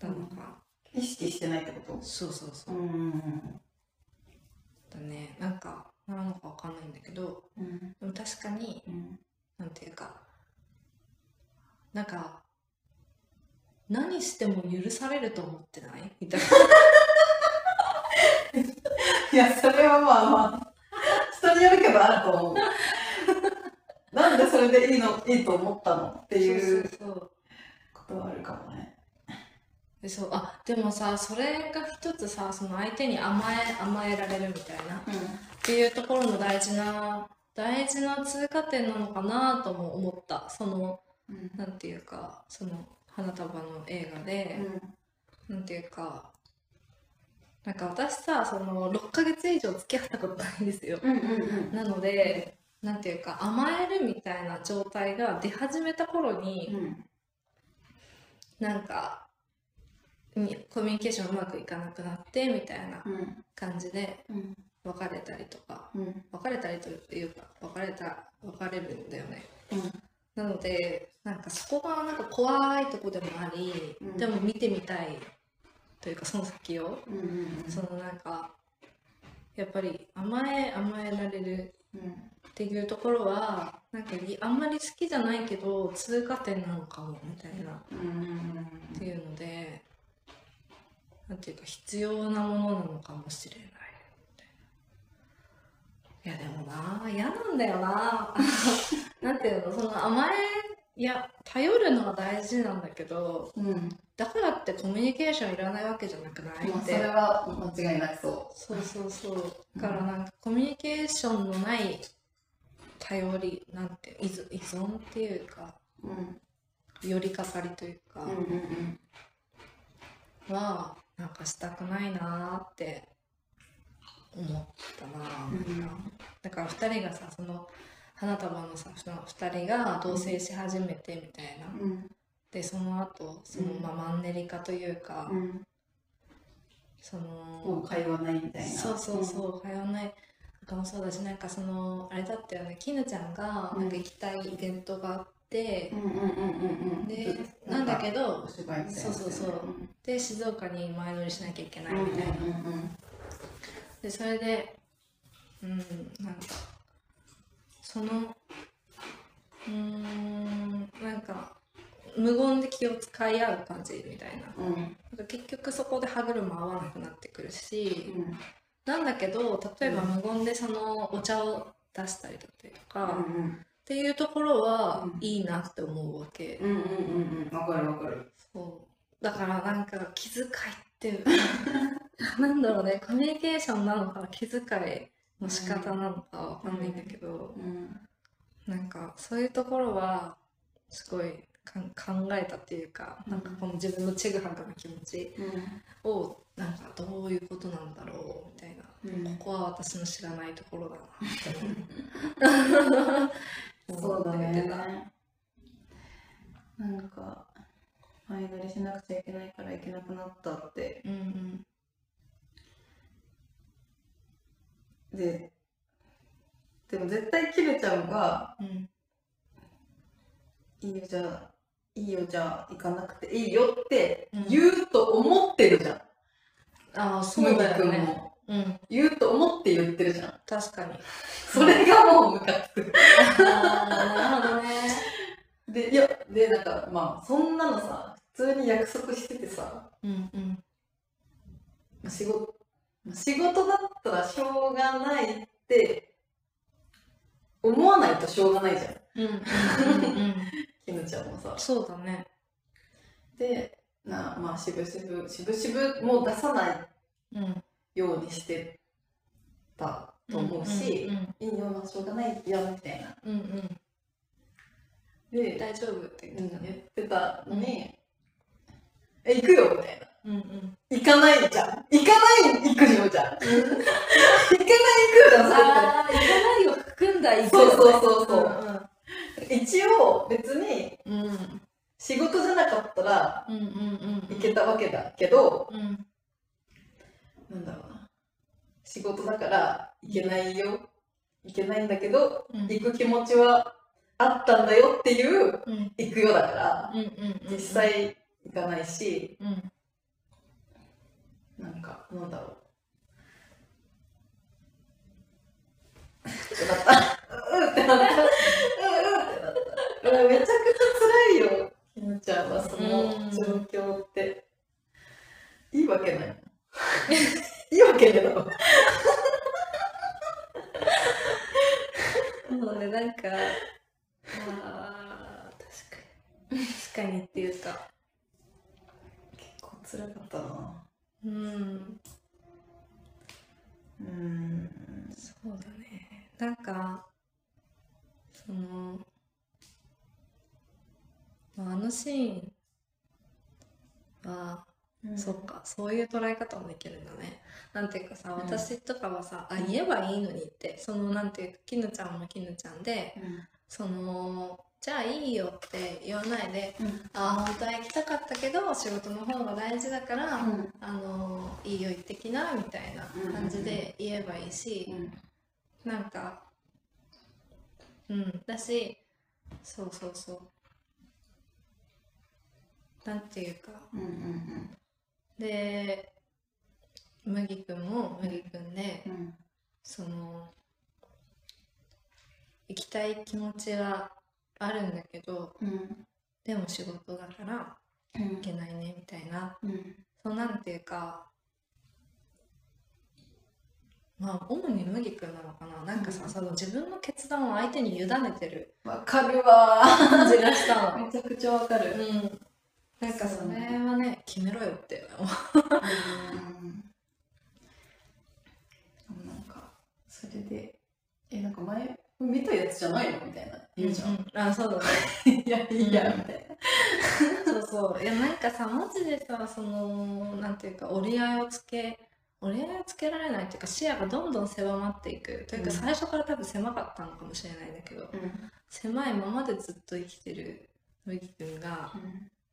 Speaker 1: な。なのか。
Speaker 2: 意識してないってこ
Speaker 1: そうそうそ
Speaker 2: と
Speaker 1: う。
Speaker 2: ん。
Speaker 1: だね。なんか、なのかわかんないんだけど、
Speaker 2: うん。
Speaker 1: でも確かに、
Speaker 2: うん。
Speaker 1: なんていうか、なんか、何しても許されると思ってないみた いな。
Speaker 2: いや、それはまあまあ、人によるけどあると 思う。なんでそれでいいの、いいと思ったのっていう
Speaker 1: そうそうそう
Speaker 2: ことはあるかもね。
Speaker 1: でそうあでもさそれが一つさその相手に甘え甘えられるみたいなっ
Speaker 2: うん。
Speaker 1: ていうところの大事な大事な通過点なのかなとも思ったその
Speaker 2: うん。
Speaker 1: なんていうかその花束の映画で、なんていうかなんか私さその6ヶ月以上付き合ったことないんですよ
Speaker 2: うん。うん。
Speaker 1: なので、なんていうか、甘えるみたいな状態が出始めた頃に、
Speaker 2: ん。
Speaker 1: なんか、にコミュニケーションうまくいかなくなって、みたいな
Speaker 2: うん。
Speaker 1: 感じで
Speaker 2: うん。
Speaker 1: 別れたりとか、
Speaker 2: うん。
Speaker 1: 別れたりというか、別れた、別れるんだよね。なのでなんかそこがなんか怖いとこでもあり、
Speaker 4: うん
Speaker 1: でも見てみたいというかその先を、
Speaker 4: うんうん
Speaker 1: そのなんかやっぱり甘え甘えられる
Speaker 4: うん
Speaker 1: っていうところはなんかりあんまり好きじゃないけど通過点なのかもみたいな
Speaker 4: うんうん
Speaker 1: っていうのでなんていうか必要なものなのかもしれないみたいないやでもな嫌なんだよな なんていうのその甘えいや頼るのは大事なんだけど
Speaker 4: うんうん
Speaker 1: だからってコミュニケーションいらないわけじゃなくない
Speaker 4: まあ
Speaker 1: っ
Speaker 4: そ
Speaker 1: て
Speaker 4: れは間違いなくそ
Speaker 1: そうそうそう。
Speaker 4: ん
Speaker 1: だからなんかコミュニケーションのない頼りなんて依存依存っていうか
Speaker 4: う。うん
Speaker 1: 寄りかかりというか
Speaker 4: うんうん
Speaker 1: はなんかしたくないなーって思ったな
Speaker 4: う
Speaker 1: ー、
Speaker 4: ん
Speaker 1: だから2人がさその花束のさその2人が同棲し始めてみたいな、
Speaker 4: うん
Speaker 1: でその後そのまあマンネリ化というか、
Speaker 4: うん。
Speaker 1: そ
Speaker 4: も
Speaker 1: の
Speaker 4: う会話ないみたいな。
Speaker 1: そうそうそう通わないかもそうだしなんかそのあれだったよねきぬちゃんが
Speaker 4: うん
Speaker 1: なんか行きたいイベントがあって
Speaker 4: う、んうんうんうんうん。
Speaker 1: でなんだけ
Speaker 4: ど。
Speaker 1: ど
Speaker 4: お芝居みたいな。
Speaker 1: そうそうそうで静岡に前乗りしなきゃいけないみたい
Speaker 4: うんうんう
Speaker 1: な、
Speaker 4: ん
Speaker 1: でそれでうんなんかそのうーんなんか無言で気を使い合う感じみたい
Speaker 4: う
Speaker 1: な
Speaker 4: んうん
Speaker 1: なんか結局そこで歯車合わなくなってくるし、
Speaker 4: うん
Speaker 1: なんだけど例えば
Speaker 4: うん
Speaker 1: 無言でそのお茶を出したりだったりとか、っ
Speaker 4: うん
Speaker 1: ていうところは
Speaker 4: うん
Speaker 1: いいなって思うわけ、
Speaker 4: うんうんうんうんわかるわかる。
Speaker 1: そうだからなんか気遣いっていうか なんだろうねコミュニケーションなのか気遣いの仕方なのかわかんないんだけど、
Speaker 4: うん
Speaker 1: なんかそういうところはすごいかん考えたっていうかなんかこの自分のちぐはぐな気持ちをなんかどういうことなんだろうみたいな。
Speaker 4: うん
Speaker 1: ここは私の知らないところだなって
Speaker 2: そ
Speaker 1: 思
Speaker 2: う
Speaker 1: う
Speaker 2: だ
Speaker 1: 思って見てた
Speaker 2: ね。なんか、前乗りしなくちゃいけないから行けなくなったって。
Speaker 1: うんうん
Speaker 2: で、でも絶対キルちゃんが、
Speaker 1: うん
Speaker 2: いいよじゃあ、いいよじゃあ行かなくていいよって
Speaker 1: うん
Speaker 2: 言うと思ってるじゃん。
Speaker 1: ああ
Speaker 2: つ
Speaker 1: そ
Speaker 2: む
Speaker 1: う
Speaker 2: ぎ
Speaker 1: だ
Speaker 2: く
Speaker 1: よ
Speaker 2: ん
Speaker 1: ね
Speaker 2: も。
Speaker 1: うん
Speaker 2: 言うと思って言ってるじゃん。
Speaker 1: 確かに
Speaker 2: それがもうムカつく。
Speaker 1: ああなるほどね
Speaker 2: で、いや、で、なんか、まあ、そんなのさ、普通に約束しててさ、
Speaker 1: うんうん
Speaker 2: 仕事、仕事だったらしょうがないって、思わないとしょうがないじゃん。
Speaker 1: うんうんうんうん
Speaker 2: きぬちゃんもさ。
Speaker 1: そうだね
Speaker 2: で、なまあ、しぶしぶ、しぶしぶも出さない
Speaker 1: うん
Speaker 2: ようにしてたと思うし、いいよ、まあ、しょうがないよ、みたいな。
Speaker 1: うんうんうんうん
Speaker 2: で、
Speaker 1: 大丈夫って
Speaker 2: う
Speaker 1: 言っ
Speaker 2: ん
Speaker 1: てた
Speaker 2: 言っ
Speaker 1: ね
Speaker 2: てたのに、え、行くよ、みたいな。
Speaker 1: うんうん
Speaker 2: 行かないじゃん。行かない、行くよ、 じゃん。行かない、行くじゃん、それって。
Speaker 1: ああ行かないを含んだ勢い
Speaker 2: そうそうそうそう一応別に
Speaker 1: んうんうん
Speaker 2: 仕事じゃなかったら
Speaker 1: うんうんうん
Speaker 2: 行けたわけだけど、
Speaker 1: うん
Speaker 2: なんだろうな仕事だから行けないよ行けないんだけど
Speaker 1: うん
Speaker 2: 行く気持ちはあったんだよっていう
Speaker 1: うんうん
Speaker 2: 行くよだから
Speaker 1: うんうん
Speaker 2: 実際行かないし
Speaker 1: うん
Speaker 2: なんかなんだろうってなったううってなったううってなったうんめちゃくちゃ辛いよひなちゃんはそ
Speaker 1: うん
Speaker 2: の状況っていいわけないいいわけないだろ
Speaker 1: そうね、なんか、あー確かに。確かにっていうか、
Speaker 2: 結構辛かったな
Speaker 1: うん、
Speaker 2: うん
Speaker 1: そうだね。なんか、その、まあ、あのシーンは、そっか、そういう捉え方もできるんだね。なんていうかさ、
Speaker 2: うん
Speaker 1: 私とかはさ、あ、言えばいいのにって、その、なんていうか、きぬちゃんもきぬちゃんで、その、じゃあいいよって言わないで、
Speaker 2: うん
Speaker 1: ああ本当は行きたかったけど仕事の方が大事だから、
Speaker 4: うん
Speaker 1: あのーいいよ行ってきなみたいな感じで言えばいいし、なんかうんだしそうそうそうなんていうか
Speaker 2: うんうん
Speaker 1: で麦君も麦君で
Speaker 2: うんうん
Speaker 1: その行きたい気持ちはあるんだけど
Speaker 2: うん
Speaker 1: でも仕事だから
Speaker 2: うん
Speaker 1: いけないねみたいな
Speaker 2: うん
Speaker 1: そうなんていうかまあ主に麦君なのかななんかさ、
Speaker 2: うん
Speaker 1: その自分の決断を相手に委ねて る
Speaker 2: わかるわ
Speaker 1: 感じがしたの
Speaker 2: めちゃくちゃわかる
Speaker 1: うんなんかそれはね決めろよって思
Speaker 2: うんなんかそれで「えなんか前見たやつじゃないの?」みたいな
Speaker 1: う
Speaker 2: 言うじゃん「
Speaker 1: うんあそうだね
Speaker 2: いやいいや」みたいな
Speaker 1: そうそういやなんかさマジでさそのなんていうか折り合いをつけ折り合いをつけられないっていうか視野がどんどん狭まっていくというか、
Speaker 2: うん
Speaker 1: 最初から多分狭かったのかもしれないんだけど狭いままでずっと生きてる麦君が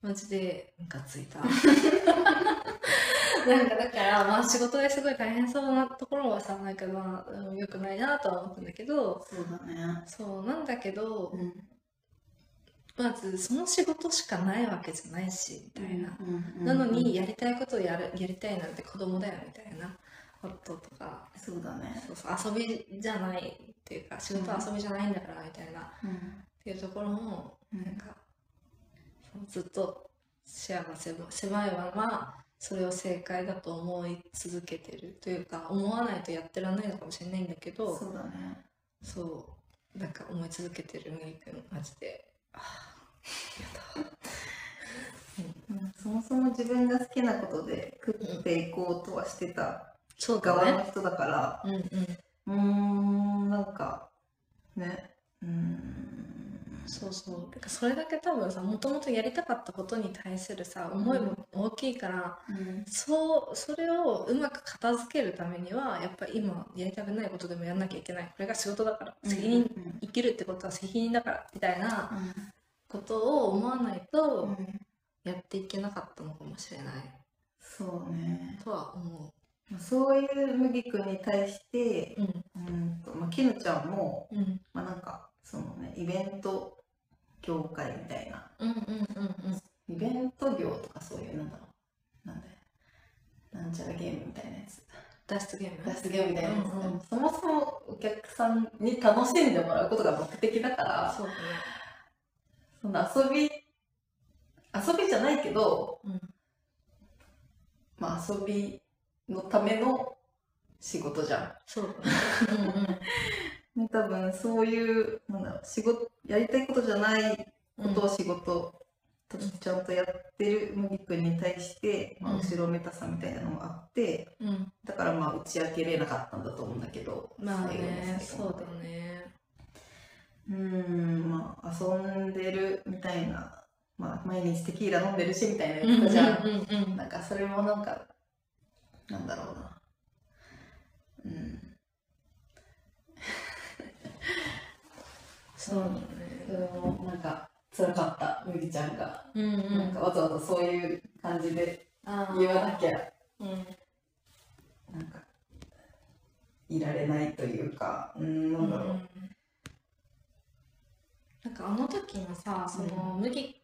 Speaker 1: マジでムカつい たなんかだからまあ仕事ですごい大変そうなところはさなんかまあうん良くないなとは思ったんだけど
Speaker 2: そうだね
Speaker 1: そうなんだけど
Speaker 2: うん
Speaker 1: まずその仕事しかないわけじゃないしみたいな
Speaker 2: うん
Speaker 1: なのにやりたいことをやるやりたいなんて子供だよみたいなこととか
Speaker 2: そうだね
Speaker 1: そうそう遊びじゃないっていうか仕事は遊びじゃないんだからみたいなっ
Speaker 2: うん
Speaker 1: ていうところもなんかそうずっと視野が狭狭いままそれを正解だと思い続けてるというか思わないとやってらんないのかもしれないんだけど
Speaker 2: そうだね
Speaker 1: そうなんか思い続けてる麦君マジで
Speaker 2: うんそもそも自分が好きなことで食っていこうとはしてた
Speaker 1: そう
Speaker 2: 側
Speaker 1: だね
Speaker 2: の人だから
Speaker 1: うんうん
Speaker 2: うーんなんかねうーん
Speaker 1: そうそうだからそれだけ多分さもともとやりたかったことに対するさ思いも大きいから、
Speaker 2: うん
Speaker 1: そうそれをうまく片付けるためにはやっぱり今やりたくないことでもやんなきゃいけないこれが仕事だから責任、
Speaker 2: うん
Speaker 1: 生きるってことは責任だからみたいなことを思わない
Speaker 2: うんう
Speaker 1: と
Speaker 2: ん
Speaker 1: やっていけなかったのかもしれない
Speaker 2: そうね
Speaker 1: とは思
Speaker 2: まあそういう麦君に対して
Speaker 1: う。うん
Speaker 2: うんと、まあ、絹ちゃんも、
Speaker 1: うん
Speaker 2: まあ、なんかそのねイベント業界みたいな
Speaker 1: うんうんうん
Speaker 2: イベント業とかそういうなんだろうなんだよなんちゃらゲームみたいなやつ
Speaker 1: 脱出ゲーム
Speaker 2: 脱出ゲームみたいなやつ、
Speaker 1: うんうん
Speaker 2: そもそもお客さんに楽しんでもらうことが目的だから
Speaker 1: そうだね
Speaker 2: その遊び遊びじゃないけど、
Speaker 1: うん
Speaker 2: まあ遊びのための仕事じゃん
Speaker 1: そうだね
Speaker 2: ね、多分そういうなんだろう仕事やりたいことじゃない
Speaker 1: うんう
Speaker 2: こ
Speaker 1: ん
Speaker 2: とを仕事としてちゃんとやってる麦君に対して、まあ、
Speaker 1: うん
Speaker 2: 後ろめたさみたいなのがあって
Speaker 1: うん
Speaker 2: だからまあ打ち明けれなかったんだと思うんだけど
Speaker 1: まあね
Speaker 2: 最
Speaker 1: そ
Speaker 2: 後の
Speaker 1: う
Speaker 2: 最後ま
Speaker 1: だね
Speaker 2: でうんまあ遊んでるみたいな、まあ、毎日テキーラ飲んでるしみたいなやつだじゃん、
Speaker 1: うんうんうんうん
Speaker 2: なんかそれもなんかなんだろうなうん
Speaker 1: そうだね。
Speaker 2: それもなんか辛かった麦ちゃんが。
Speaker 1: うんう
Speaker 2: なん
Speaker 1: ん。
Speaker 2: かわざわざそういう感じで
Speaker 1: あ
Speaker 2: 言わなきゃ
Speaker 1: ーうん。
Speaker 2: なんかいられないというかうんなんだろう
Speaker 1: なんかあの時のさ、その麦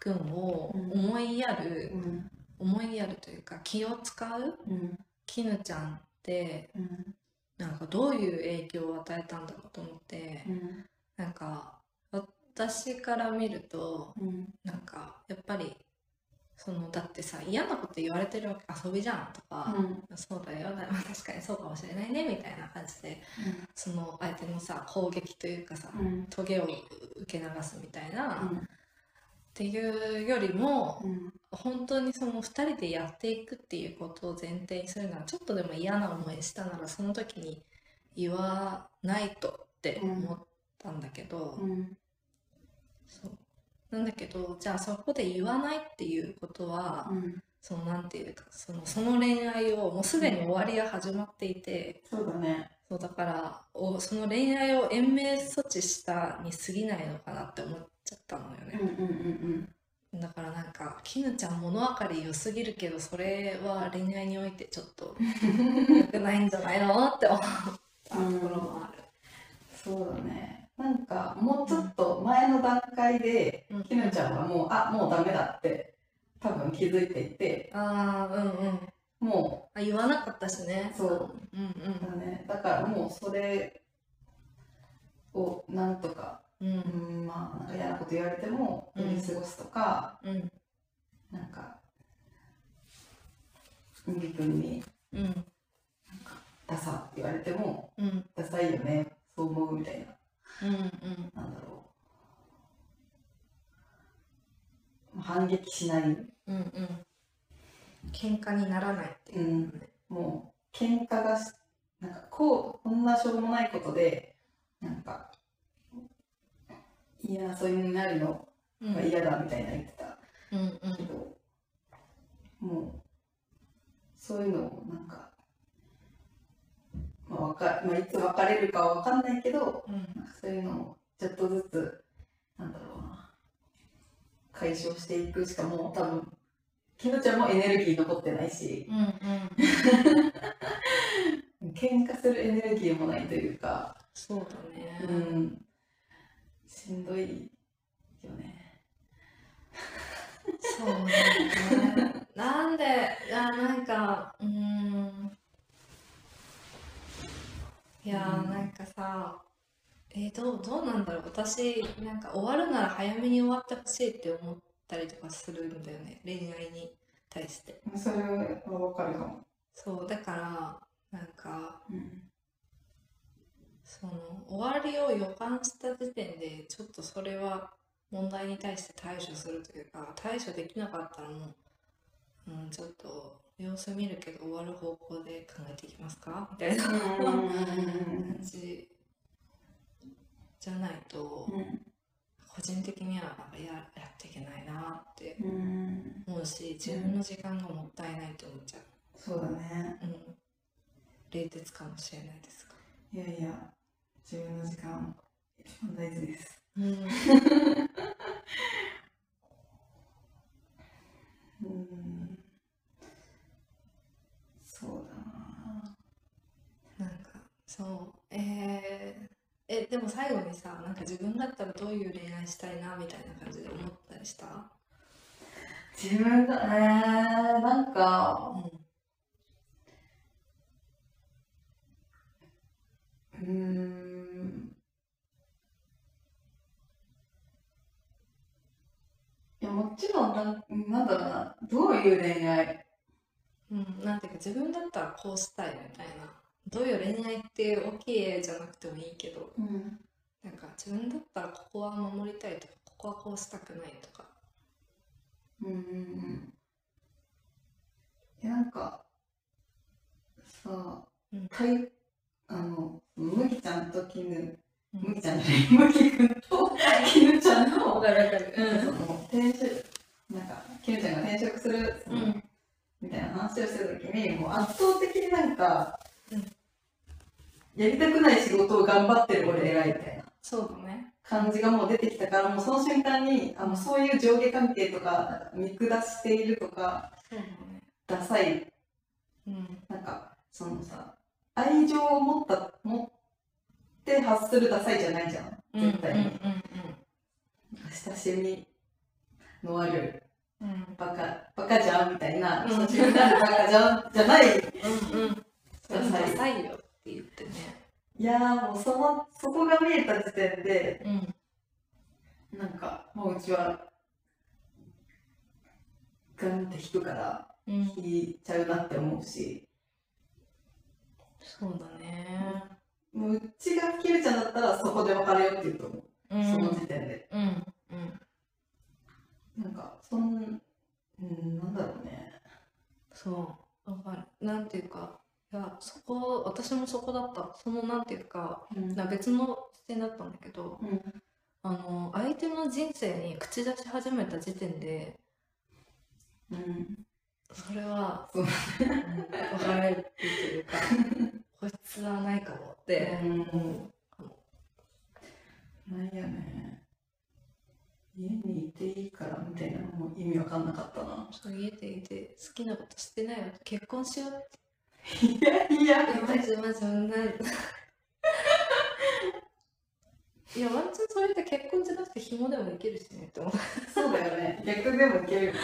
Speaker 1: 君を思いやる、
Speaker 2: うん
Speaker 1: 思いやるというか気を使う
Speaker 2: うん
Speaker 1: 絹ちゃんって
Speaker 2: うん
Speaker 1: なんかどういう影響を与えたんだろうと思って、なんか私から見ると
Speaker 2: うん
Speaker 1: なんかやっぱりそのだってさ嫌なこと言われてるわけ遊びじゃんとか、そうだよ、まあ確かにそうかもしれないねみたいな感じでその相手のさ攻撃というかさ、
Speaker 2: うん
Speaker 1: トゲを受け流すみたいな、っていうよりも本当にその2人でやっていくっていうことを前提にするのはちょっとでも嫌な思いしたならその時に言わないとって思ったんだけど、そうなんだけどじゃあそこで言わないっていうことは、そのなんていうかそのその恋愛をもうすでに終わりが始まっていて。
Speaker 2: そうだね
Speaker 1: そうだからおその恋愛を延命措置したに過ぎないのかなって思っちゃったのよ
Speaker 2: うん
Speaker 1: ね、
Speaker 2: うんうん
Speaker 1: だからなんか絹ちゃん物分かり良すぎるけどそれは恋愛においてちょっと良くないんじゃないのって思ったところもある、
Speaker 2: そうだねなんかもうちょっと前の段階で、
Speaker 1: うん
Speaker 2: きぬちゃんはもう、あ、もうダメだって多分気づいていて、
Speaker 1: ああうんうん
Speaker 2: も
Speaker 1: あ言わなかったしね
Speaker 2: そう
Speaker 1: うん
Speaker 2: う、だね、だからもうそれをなんとか、
Speaker 1: うんう
Speaker 2: うんん、まあ、なんか嫌なこと言われても、
Speaker 1: うん
Speaker 2: 乗り過ごすとか、
Speaker 1: うん
Speaker 2: なんか、麦君に、
Speaker 1: うん
Speaker 2: ダサって言われても、
Speaker 1: うんうん
Speaker 2: ダサいよね、そう思うみたい
Speaker 1: うん
Speaker 2: な、なんだろう。まあ反撃しない。
Speaker 1: うんうん
Speaker 5: 喧嘩にならないっていうう、
Speaker 2: ん、もう喧嘩がしなんかこうこんなしょうもないことでなんか言い争いになるの
Speaker 1: うん
Speaker 2: が嫌だみたいな言ってた
Speaker 1: うんう
Speaker 2: け
Speaker 1: ん
Speaker 2: ど、もうそういうのをなんか、まあわかまあ、いつ別れるかは分かんないけど
Speaker 1: うん
Speaker 2: なんかそういうのをちょっとずつなんだろうな解消していくしかもう多分きのちゃんもエネルギー残ってないし。
Speaker 1: うんうん
Speaker 2: 喧嘩するエネルギーもないというか、
Speaker 1: そうだね
Speaker 2: うん、しんどいよね。
Speaker 1: そうなんだよね。なんで、いや、なんか、うーん。いや
Speaker 2: う
Speaker 1: ー、
Speaker 2: ん
Speaker 1: なんかさ、えーどう、どうなんだろう。私、なんか終わるなら早めに終わってほしいって思ったりとかするんだよね。恋愛に対して。
Speaker 2: それはわかるかも。
Speaker 1: そう、だから、なんか、
Speaker 2: うん、
Speaker 1: その、終わりを予感した時点で、ちょっとそれは問題に対して対処するというか、対処できなかったらもう、うん、ちょっと様子見るけど終わる方向で考えていきますかみたいな感じじゃないと、個人的にはなんかややっていけないなって
Speaker 2: うん、
Speaker 1: 思うし、自分の時間がもったいないと思っちゃ
Speaker 2: そうだね。
Speaker 1: う。うん。冷徹かもしれないですが。
Speaker 2: いやいや、自分の時間、一番大事です。
Speaker 1: うん。
Speaker 2: うん、そうだな。
Speaker 1: なんかそうえーえでも最後にさなんか自分だったらどういう恋愛したいなみたいな感じで思ったりした
Speaker 2: 自分が、えー、なんか、
Speaker 1: う
Speaker 2: うーんいやもちろんなんなんだろうなどういう恋愛
Speaker 1: ん、うん、なんていうか自分だったらこうしたいみたいなどういう恋愛っていう大きい絵じゃなくてもいいけど
Speaker 2: うん
Speaker 1: なんか自分だったらここは守りたいとかここはこうしたくないとか
Speaker 2: うんうんいやなんかさ
Speaker 1: うん
Speaker 2: たいあの麦ちゃんと絹
Speaker 1: うん
Speaker 2: 麦ちゃんじゃない麦君と絹ちゃんの
Speaker 1: かるわかる
Speaker 2: その転職なんか絹ちゃんが転職するその
Speaker 1: うん
Speaker 2: みたいな話をしてた時にもう圧倒的になんか、
Speaker 1: うん
Speaker 2: やりたくない仕事を頑張ってる俺偉いみたいな
Speaker 1: そうだね
Speaker 2: 感じがもう出てきたからもうその瞬間にあのそういう上下関係とか見下しているとか
Speaker 1: そうだね
Speaker 2: ダサい
Speaker 1: うん
Speaker 2: なんかそのさ愛情を持った持って発するダサいじゃないじゃん
Speaker 1: うんうん
Speaker 2: 絶対に、
Speaker 1: う
Speaker 2: 親しみのある
Speaker 1: んうん
Speaker 2: バカバカじゃんみたいな、
Speaker 1: うん
Speaker 2: その瞬間にバカじゃんじゃない
Speaker 1: うんうん
Speaker 2: ダ
Speaker 1: うん
Speaker 2: サい
Speaker 1: ダサいよって言ってね
Speaker 2: いやーもうそのそこが見えた時点で
Speaker 1: うん
Speaker 2: なんかもううちはガンって引くから
Speaker 1: うん
Speaker 2: 引いちゃうなって思うし
Speaker 1: そうだね。
Speaker 2: もううちがキルちゃんだったらそこで別れようって言うと思う、
Speaker 1: うん
Speaker 2: その時点で
Speaker 1: うん。うん。
Speaker 2: なんかそんうんなんだろうね
Speaker 1: そう。わかる。なんていうか、いや、そこ、私もそこだった。その、なんていうか、
Speaker 2: うん
Speaker 1: な別の視点だったんだけど、
Speaker 2: うん
Speaker 1: あの、相手の人生に口出し始めた時点で、
Speaker 2: うん
Speaker 1: それは、
Speaker 2: そう
Speaker 1: うん別れるっていうか、こいつはないかもって。
Speaker 2: うんなんやね家にいていいからみたいなのも意味わかんなかったな
Speaker 1: そう家でいて好きなことしてないよ結婚しようって
Speaker 2: いやいや
Speaker 1: いやマジマジそんな いやワンチャンそれって結婚じゃなくて紐でもいけるしねって思った
Speaker 2: そうだよね。逆でもいけるよね。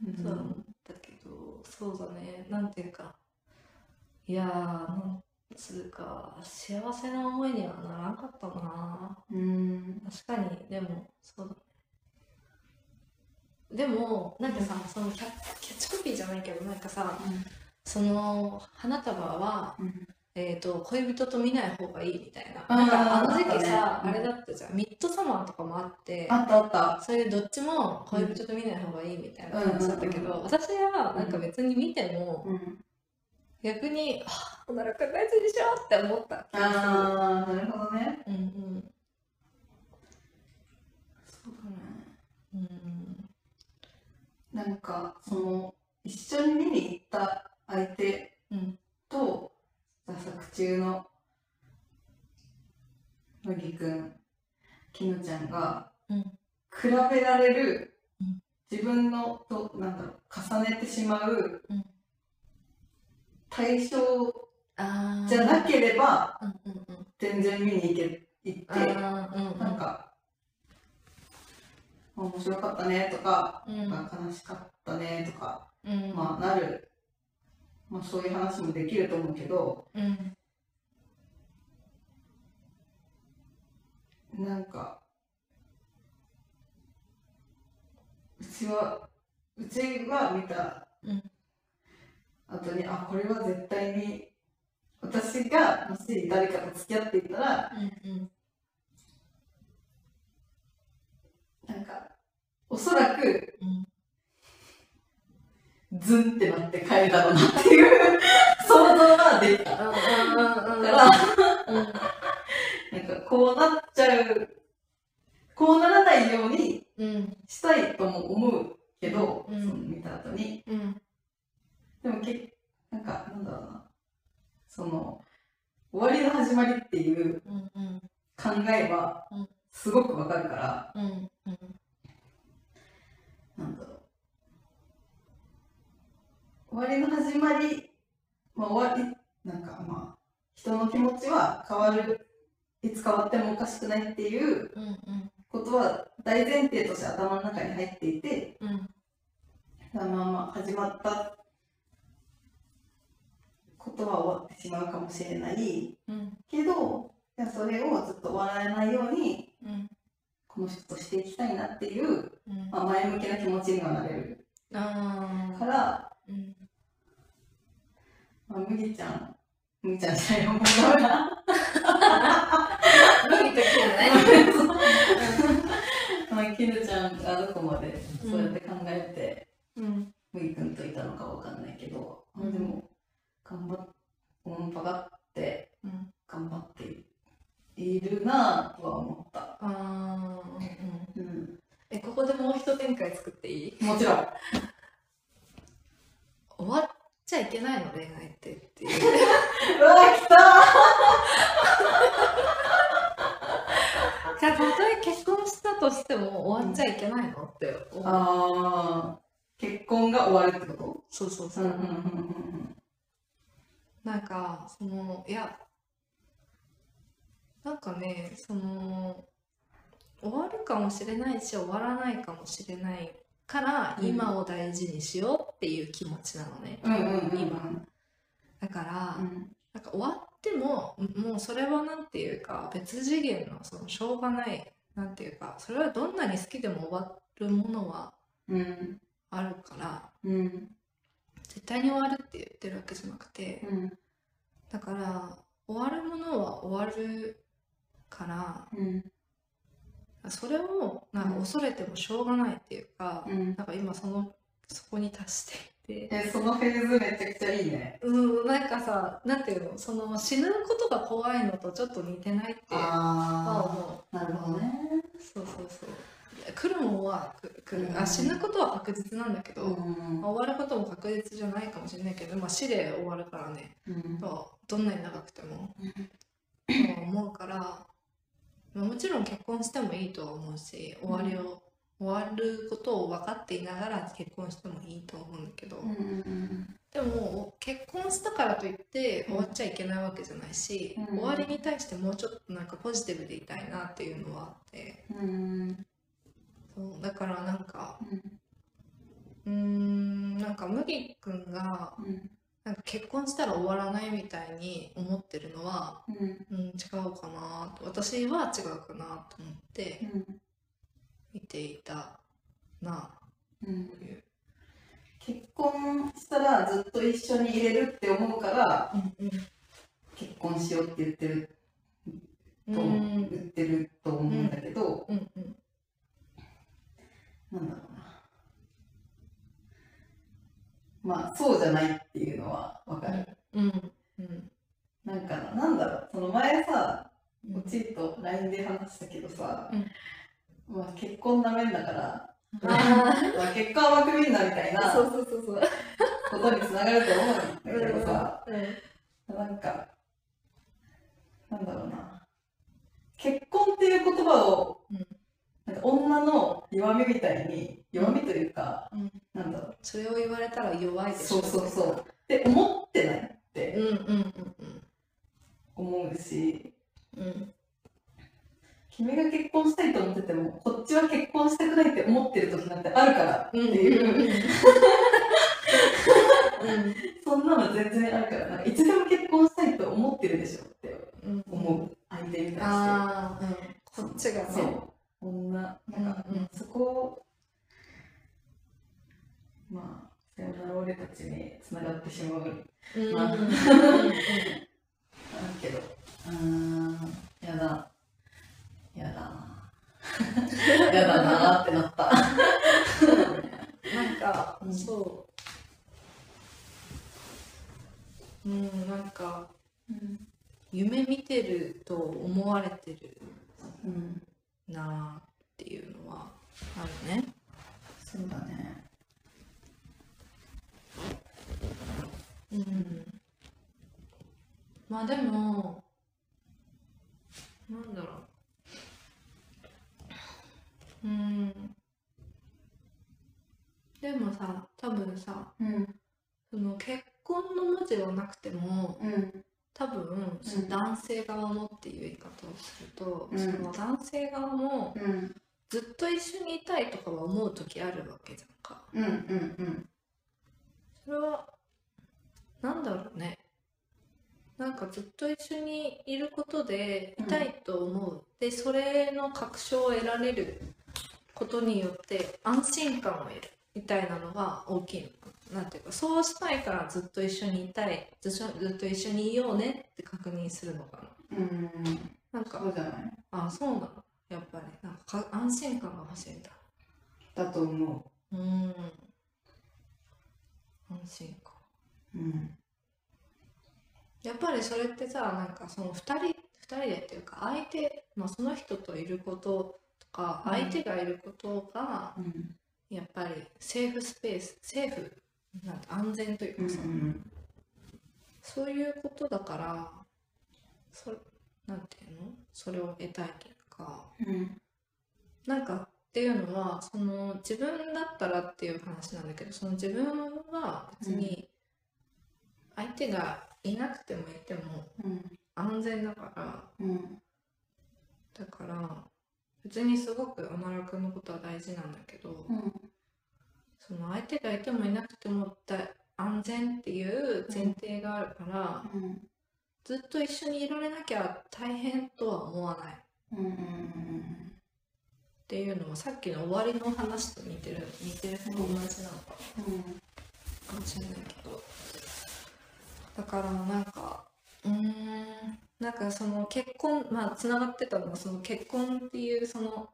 Speaker 1: そうだんだけどそうだねなんていうかいやーなんつうか幸せな思いにはならんかったな
Speaker 2: うん。
Speaker 1: 確かにでもそうだねでもなんかさそのキャキャッチコピーじゃないけどなんかさ、
Speaker 2: うん
Speaker 1: その花束は、
Speaker 2: うん
Speaker 1: えー、と恋人と見ない方がいいみたいな
Speaker 2: あー
Speaker 1: なんかあの時期
Speaker 2: あ
Speaker 1: さ
Speaker 2: っ
Speaker 1: あ,、
Speaker 2: たね
Speaker 1: れだったじゃんミッドサマーとかもあって
Speaker 2: あったあった。
Speaker 1: そういうどっちも恋人と見ない方がいいみたいな
Speaker 2: うん
Speaker 1: 感じだったけど、
Speaker 2: うんうん
Speaker 1: 私はなんか別に見ても、
Speaker 2: うん。
Speaker 1: 逆に「あおなら考えずにしよう」って思った気がする
Speaker 2: ああ、なるほどね。
Speaker 1: うんうん
Speaker 2: そうだね。
Speaker 1: うんうん
Speaker 2: なんかその一緒に見に行った相手
Speaker 1: うん
Speaker 2: と、じゃあ作中の麦くんきぬちゃんが、
Speaker 1: うん
Speaker 2: 比べられる、
Speaker 1: うん
Speaker 2: 自分のとなんだろう重ねてしまう、
Speaker 1: うん
Speaker 2: 対象
Speaker 1: あー
Speaker 2: じゃなければ
Speaker 1: うんうんうん
Speaker 2: 全然見に行け行って、
Speaker 1: あーうん
Speaker 2: なんか面白かったねとか、
Speaker 1: うんうん
Speaker 2: なんか悲しかったねとか。
Speaker 1: うん
Speaker 2: まあ、なる、まあ、そういう話もできると思うけど
Speaker 1: うん
Speaker 2: なんかうちはうちは見た
Speaker 1: うん
Speaker 2: 後に、あこれは絶対に私がもし誰かと付き合っていたら
Speaker 1: うん
Speaker 2: なんかおそらく
Speaker 1: うん
Speaker 2: ズンってなって帰るだろうなっていう想像はできた
Speaker 1: うん
Speaker 2: から。
Speaker 1: うん
Speaker 2: なんかこうなっちゃう、こうならないように
Speaker 1: うん
Speaker 2: したいとも思うけど、
Speaker 1: うん
Speaker 2: その見た後に。
Speaker 1: うん
Speaker 2: でもけ、なんか、なんだろうな。その、終わりの始まりっていう
Speaker 1: うんうん
Speaker 2: 考えは
Speaker 1: うん、
Speaker 2: すごくわかるから、
Speaker 1: うんうん
Speaker 2: なんだろう。終わりの始まり、まあ終わり、なんかまあ、人の気持ちは変わる、いつ変わってもおかしくないっていう
Speaker 1: うんうん
Speaker 2: ことは大前提として頭の中に入っていて、
Speaker 1: うん
Speaker 2: まあまあ始まったことは終わってしまうかもしれない
Speaker 1: うん
Speaker 2: けど、いやそれをずっと笑えないように、
Speaker 1: うん
Speaker 2: この人としていきたいなっていう、
Speaker 1: うん
Speaker 2: まあ、前向きな気持ちにはなれる
Speaker 1: あー
Speaker 2: から、
Speaker 1: うん
Speaker 2: まあ、麦ちゃん、麦ちゃんじゃないよ、麦ちゃんが
Speaker 1: 麦とキムね
Speaker 2: まあ、きぬちゃんがどこまでそうやって考えて、
Speaker 1: うん
Speaker 2: 麦君といたのかわかんないけど、あ
Speaker 1: うん
Speaker 2: でも頑張っおもんぱがって
Speaker 1: うん
Speaker 2: 頑張っているなぁとは思った、
Speaker 1: あーうんうん
Speaker 2: うん、
Speaker 1: えここでもう一展開作っていい
Speaker 2: もちろん
Speaker 1: 終わっちゃいけないの恋愛ってっていう
Speaker 2: うわ来た
Speaker 1: じゃあたとえ結婚したとしても終わっちゃいけないのって思う
Speaker 2: あー結婚が終わるってこ
Speaker 1: そうそう
Speaker 2: と
Speaker 1: そう、なんかそのいやなんかねその終わるかもしれないし終わらないかもしれないから
Speaker 2: うん
Speaker 1: 今を大事にしようっていう気持ちなのね、
Speaker 2: うんうんうんうん
Speaker 1: 今だから、
Speaker 2: うん
Speaker 1: なんか終わってももうそれはなんていうか別次元のそのしょうがないなんていうかそれはどんなに好きでも終わるものは
Speaker 2: うん
Speaker 1: あるから
Speaker 2: うん
Speaker 1: 絶対に終わるって言ってるわけじゃなくて、
Speaker 2: うん
Speaker 1: だから終わるものは終わるから
Speaker 2: うん
Speaker 1: それをなんか恐れてもしょうがないっていうか、
Speaker 2: うん
Speaker 1: なんか今そのそこに達していて
Speaker 2: えそのフェーズめちゃくちゃいいね
Speaker 1: うんなんかさなんていうのその死ぬことが怖いのとちょっと似てないっては
Speaker 2: あ
Speaker 1: 思
Speaker 2: あなるほどね
Speaker 1: うそうそうそう来るもんは来る来る、
Speaker 2: う
Speaker 1: あ
Speaker 2: ん
Speaker 1: 死ぬことは確実なんだけど、
Speaker 2: ん
Speaker 1: まあ終わることも確実じゃないかもしれないけど、まあ、死で終わるからね
Speaker 2: うん
Speaker 1: そうどんなに長くても
Speaker 2: うん
Speaker 1: とは思うからまあもちろん結婚してもいいとは思うし終わりを終わることを分かっていながら結婚してもいいと思うんだけど、
Speaker 2: うんうん
Speaker 1: でも結婚したからといって終わっちゃいけないわけじゃないし、
Speaker 2: う
Speaker 1: 終
Speaker 2: ん
Speaker 1: わりに対してもうちょっとなんかポジティブでいたいなっていうのはあって
Speaker 2: うんうん
Speaker 1: そうだからなんかうー
Speaker 2: うん
Speaker 1: んなんか麦君が
Speaker 2: うん
Speaker 1: なんか結婚したら終わらないみたいに思ってるのは、
Speaker 2: うん
Speaker 1: うん、違うかなと私は違うかなと思って見ていたな
Speaker 2: うん
Speaker 1: という、
Speaker 2: 結婚したらずっと一緒にいれるって思うから結婚しようって言ってる
Speaker 1: うん
Speaker 2: と
Speaker 1: う
Speaker 2: 思うん言ってると思うんだけど、
Speaker 1: うんうん
Speaker 2: なんだろうなまあそうじゃないっていうのはわかる、
Speaker 1: うんうん
Speaker 2: なんかななんだろうその前さ
Speaker 1: うん
Speaker 2: おちんと LINE で話したけどさ、
Speaker 1: うん
Speaker 2: まあ、結婚なめんだから、
Speaker 1: あ
Speaker 2: まあ、結婚は甘く見んなみたい
Speaker 1: あ
Speaker 2: な
Speaker 1: そうそうそうそう
Speaker 2: ことにつながると思うんだけどさ、
Speaker 1: うん
Speaker 2: なんかなんだろうな結婚っていう言葉を、
Speaker 1: うん
Speaker 2: なんか女の弱みみたいに弱みというか、
Speaker 1: うん
Speaker 2: なんだろう
Speaker 1: それを言われたら弱いでし
Speaker 2: そ
Speaker 1: ょ
Speaker 2: うそうそうって思ってないって
Speaker 1: うんうんうん
Speaker 2: 思うし
Speaker 1: うんうん
Speaker 2: 君が結婚したいと思っててもこっちは結婚したくないって思ってる時なんてあるからって
Speaker 1: うん
Speaker 2: いう、
Speaker 1: うんうん
Speaker 2: そんなの全然あるからなんかいつでも結婚したいと思ってるでしょって
Speaker 1: うん
Speaker 2: 思う相手に対して。
Speaker 1: ああうんこっちがね
Speaker 2: そう女なんか、
Speaker 1: うんうん
Speaker 2: そこをまあさよなら俺たちにつながってしまう
Speaker 1: うん
Speaker 2: まあ
Speaker 1: うん
Speaker 2: あるけどうーんやだやだなやだなってなった
Speaker 1: なんか、
Speaker 2: うん
Speaker 1: そう。うん、なんか、
Speaker 2: うん
Speaker 1: 夢見てると思われてる
Speaker 2: うん
Speaker 1: なあっていうのはあるね。
Speaker 2: そうだね
Speaker 1: うん。まあでも、なんだろう。うん。でもさ、多分さ、
Speaker 2: うん
Speaker 1: その結婚の文字はなくても、
Speaker 2: うん
Speaker 1: 多分その男性側もっていう言い方をすると、
Speaker 2: うん
Speaker 1: その男性側も
Speaker 2: うん
Speaker 1: ずっと一緒にいたいとかは思う時あるわけじゃんか
Speaker 2: うんうんうん
Speaker 1: それはなんだろうねなんかずっと一緒にいることでいたいと思う、でそれの確証を得られることによって安心感を得るみたいなのが大きいのかななんていうかそうしたいからずっと一緒にいたいずっとずっと一緒にいようねって確認するのか
Speaker 2: うん
Speaker 1: ななんか
Speaker 2: そうじゃない
Speaker 1: あ、そうなの。やっぱり、なんかか安心感が欲しいんだ。
Speaker 2: だと思
Speaker 1: うーん。安心感。
Speaker 2: ううん
Speaker 1: やっぱりそれってさ、なんかその二人、二人でっていうか、相手、まあ、その人といることとか、
Speaker 2: うん
Speaker 1: 相手がいることが、
Speaker 2: うん
Speaker 1: やっぱりセーフスペース、セーフ、なんて安全という
Speaker 2: うん
Speaker 1: かさ、
Speaker 2: うん
Speaker 1: そういうことだから、そなんていうのそれを得たいというか、
Speaker 2: うん
Speaker 1: なんかっていうのはその自分だったらっていう話なんだけどその自分は別に相手がいなくてもいても
Speaker 2: うん
Speaker 1: 安全だから
Speaker 2: うん
Speaker 1: だから別にすごくおならくんのことは大事なんだけど
Speaker 2: うん
Speaker 1: その相手がいてもいなくてもだ安全っていう前提があるから
Speaker 2: うん
Speaker 1: ずっと一緒にいられなきゃ大変とは思わないっ
Speaker 2: うんうん
Speaker 1: ていうのはさっきの終わりの話と似てる似てる同じなのかな
Speaker 2: うん
Speaker 1: かもしれないけどだからなんかうーんなんかその結婚まあつながってたのがその結婚っていうその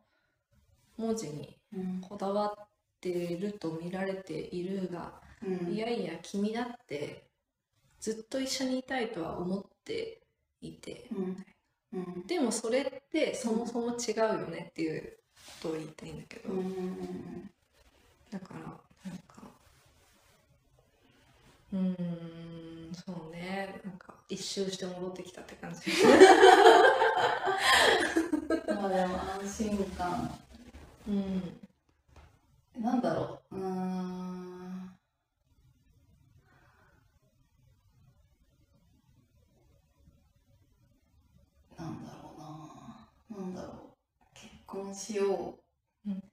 Speaker 1: 文字に
Speaker 2: うん
Speaker 1: こだわってると見られているが
Speaker 2: うん
Speaker 1: いやいや君だってずっと一緒にいたいとは思っていて
Speaker 2: うんうん
Speaker 1: でもそれってそもそも違うよねっていうことを言いたいんだけど。
Speaker 2: うんうん
Speaker 1: だからなんかうーんそうねなんか一周して戻ってきたって感じ
Speaker 2: まあでも安心感
Speaker 1: うん
Speaker 2: なんだろう。うーん。なんだろうな。なんだろう。結婚しよう。
Speaker 1: うん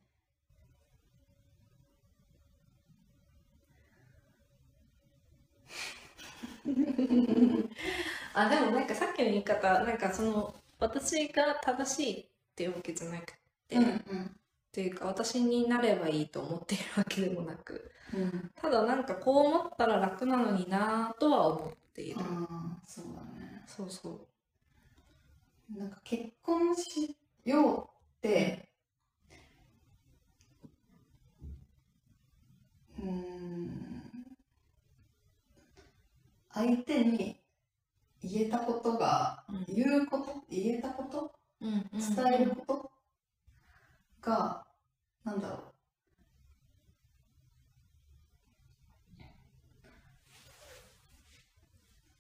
Speaker 1: あでもなんかさっきの言い方なんかその私が正しいっていうわけじゃなくて、
Speaker 2: うん
Speaker 1: っ
Speaker 2: うん。
Speaker 1: ていうか私になればいいと思っているわけでもなく
Speaker 2: うん。
Speaker 1: ただなんかこう思ったら楽なのになぁとは思っている、
Speaker 2: ああ、そうだね。
Speaker 1: そうそう
Speaker 2: なんか結婚しようって、うーん、相手に言えたことが、
Speaker 1: うん
Speaker 2: 言うこと、言えたこと、
Speaker 1: うんうん
Speaker 2: 伝えることが、なんだろう。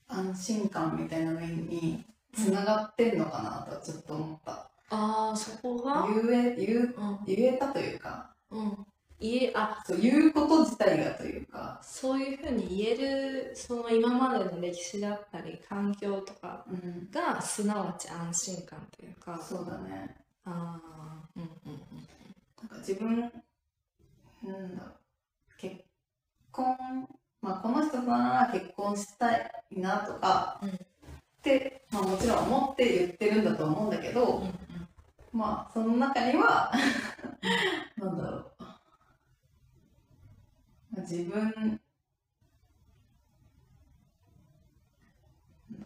Speaker 2: 安心感みたいな面につながってんのかなとはちょっと思った。
Speaker 1: ああそこが
Speaker 2: 言え言う
Speaker 1: うん
Speaker 2: 言えたというか
Speaker 1: うん言えあ
Speaker 2: そう言うこと自体がというか、
Speaker 1: そういうふうに言えるその今までの歴史だったり環境とか
Speaker 2: うん、
Speaker 1: がすなわち安心感というか
Speaker 2: そうだね
Speaker 1: ああうんうんうん
Speaker 2: なんか自分なんだろう結婚、まあ、この人となら結婚したいなとか、
Speaker 1: うん
Speaker 2: って、まあ、もちろん思って言ってるんだと思うんだけど、
Speaker 1: うんうん
Speaker 2: まあその中には なんだろうまあ自分なんだ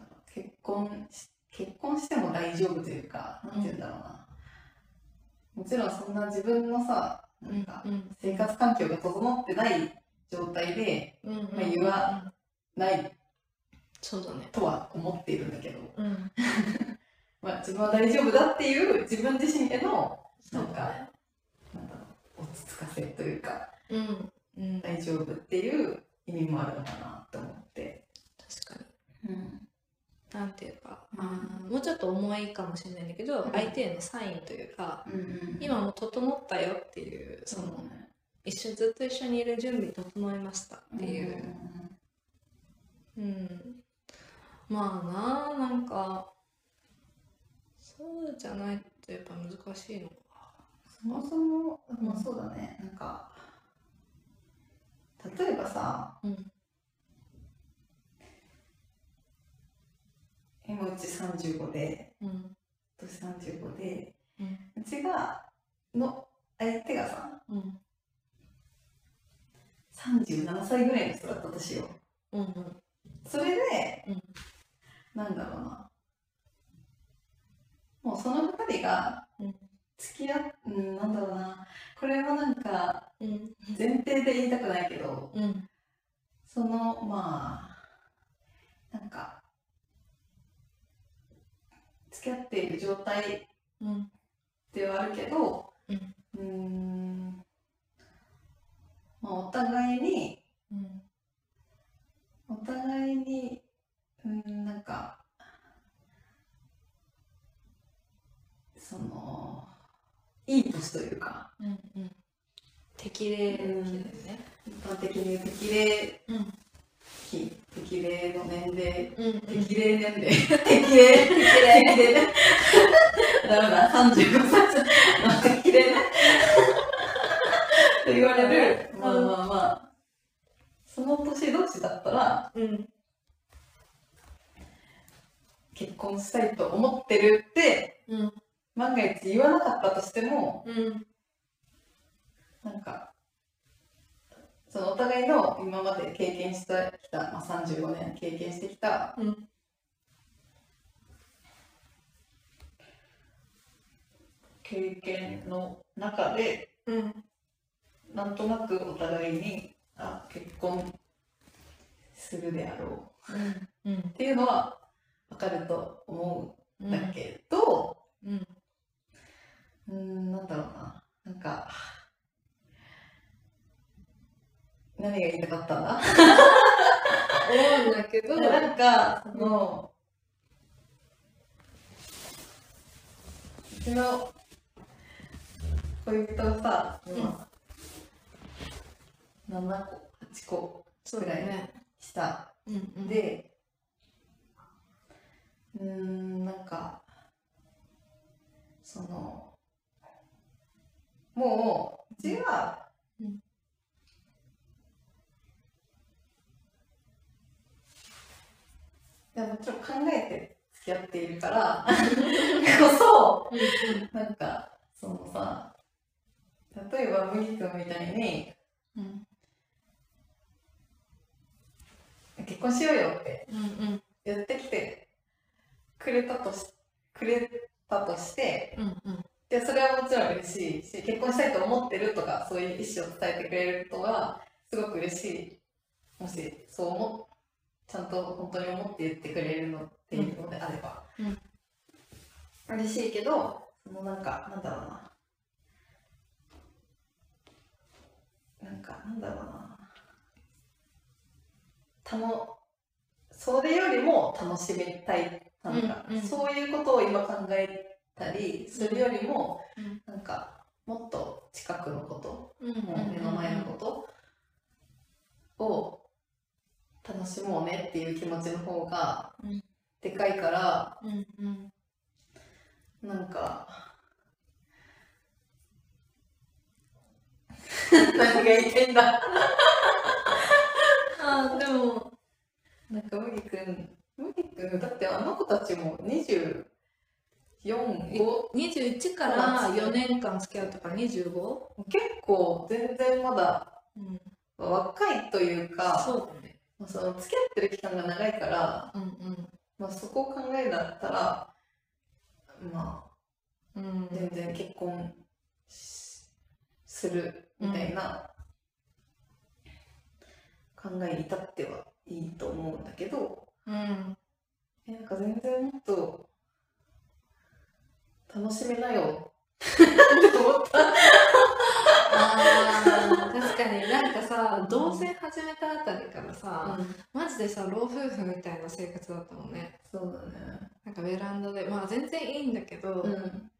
Speaker 2: ろう結婚し結婚しても大丈夫というかなんて言うんだろうな、もちろんそんな自分のさなんか
Speaker 1: うん
Speaker 2: 生活環境が整ってない状態で
Speaker 1: うんうん
Speaker 2: まあ言わ
Speaker 1: うん
Speaker 2: ない
Speaker 1: そうだね
Speaker 2: とは思っているんだけど、
Speaker 1: うん
Speaker 2: まあ、自分は大丈夫だっていう自分自身へのなんか、なんだろう落ち着かせというか
Speaker 1: うんうん確
Speaker 2: 大丈夫っていう意味もあるのかなと思って、
Speaker 1: かに
Speaker 2: うん、
Speaker 1: なんていうか
Speaker 2: うん
Speaker 1: あーもうちょっと重いかもしれないんだけど
Speaker 2: うん
Speaker 1: 相手へのサインというか
Speaker 2: うんうん
Speaker 1: 今もう整ったよっていうそ
Speaker 2: そう
Speaker 1: の
Speaker 2: ね
Speaker 1: 一緒ずっと一緒にいる準備整いましたっていう、うんまあなあなんかそうじゃないとやっぱ難しいのか
Speaker 2: そもそも、
Speaker 1: ん
Speaker 2: まあ、そうだねなんか例えばさ
Speaker 1: うん
Speaker 2: 今うち35で
Speaker 1: うん
Speaker 2: 今年35で、
Speaker 1: う
Speaker 2: うんちがの相手がさ
Speaker 1: うん
Speaker 2: 37歳ぐらいの人だったとしよう
Speaker 1: うんうん
Speaker 2: それで、
Speaker 1: うん
Speaker 2: なんだろうなもうその二人が
Speaker 1: うん
Speaker 2: 付き合っ、うん、なんだろうなこれはなんか
Speaker 1: うん
Speaker 2: 前提で言いたくないけど
Speaker 1: うん
Speaker 2: そのまあなんか付き合っている状態
Speaker 1: うん
Speaker 2: ではあるけど
Speaker 1: うん
Speaker 2: うーんまあお互いに
Speaker 1: うん
Speaker 2: お互いにうんなんかそのいい年というか
Speaker 1: うんうん適齢期だよね
Speaker 2: 一般的に適齢
Speaker 1: うん
Speaker 2: 期適齢の年齢
Speaker 1: うんうん
Speaker 2: 適齢年齢適齢適齢ねだめだ35歳まあ適齢ねと言われる
Speaker 1: うん
Speaker 2: まあまあまあその年同士だったら
Speaker 1: うん
Speaker 2: 結婚したいと思ってるって
Speaker 1: うん
Speaker 2: 万が一言わなかったとしても
Speaker 1: うん
Speaker 2: なんかそのお互いの今まで経験してきた、まあ、35年経験してきた
Speaker 1: うん
Speaker 2: 経験の中で
Speaker 1: うん
Speaker 2: なんとなくお互いにあ結婚するであろう
Speaker 1: うん
Speaker 2: っていうのは分かると思
Speaker 1: う
Speaker 2: う
Speaker 1: ん
Speaker 2: んだけど
Speaker 1: うん
Speaker 2: うーんなんだろうななんか何が言いたかったんだ
Speaker 1: 思うんだけど
Speaker 2: でもなんか、その、うちの恋人はさ、
Speaker 1: ん
Speaker 2: まあ7個8個
Speaker 1: そうだね。
Speaker 2: 下
Speaker 1: うんうん、
Speaker 2: でうーんなんかそのもううちは、
Speaker 1: うん
Speaker 2: いやもちろん考えて付き合っているからこ
Speaker 1: うんうん
Speaker 2: そなんかそのさ例えば麦君みたいに
Speaker 1: うん
Speaker 2: 結婚しようよって
Speaker 1: うんうん
Speaker 2: やってきてくれたとしくれたとして
Speaker 1: うんうん
Speaker 2: でそれはもちろん嬉しいし結婚したいと思ってるとかそういう意思を伝えてくれることはすごく嬉しいもしそう思っちゃんと本当に思って言ってくれるのっていうのであれば、嬉しいけどそのなんかなんだろうななんかなんだろうなたのそれよりも楽しみたいなんか、
Speaker 1: うんうん
Speaker 2: そういうことを今考えたりするよりも、
Speaker 1: うん
Speaker 2: なんかもっと近くのこと、
Speaker 1: うん
Speaker 2: もう目の前のことを楽しもうねっていう気持ちの方が
Speaker 1: うん
Speaker 2: でかいから、
Speaker 1: うんうん
Speaker 2: なんか。 何が言ってんだ
Speaker 1: あーでも
Speaker 2: なんか麦くん麦くんだってあの子たちも245
Speaker 1: 21から4年間付き合うとか 25?
Speaker 2: 結構全然まだ
Speaker 1: うん
Speaker 2: 若いというか
Speaker 1: そうだね
Speaker 2: まあその付き合ってる期間が長いから、
Speaker 1: うん
Speaker 2: まあ、そこを考えだったらまあ
Speaker 1: うんうん
Speaker 2: 全然結婚しするみたいな考えに至ってはいいと思うんだけど、
Speaker 1: うん
Speaker 2: えなんか全然もっと楽しめな よって思った。
Speaker 1: あー確かになんかさ同棲始めたあたりからさ、マジでさ老夫婦みたいな生活だったもんね
Speaker 2: そうだね。
Speaker 1: なんかベランダでまあ全然いいんだけど、
Speaker 2: うん。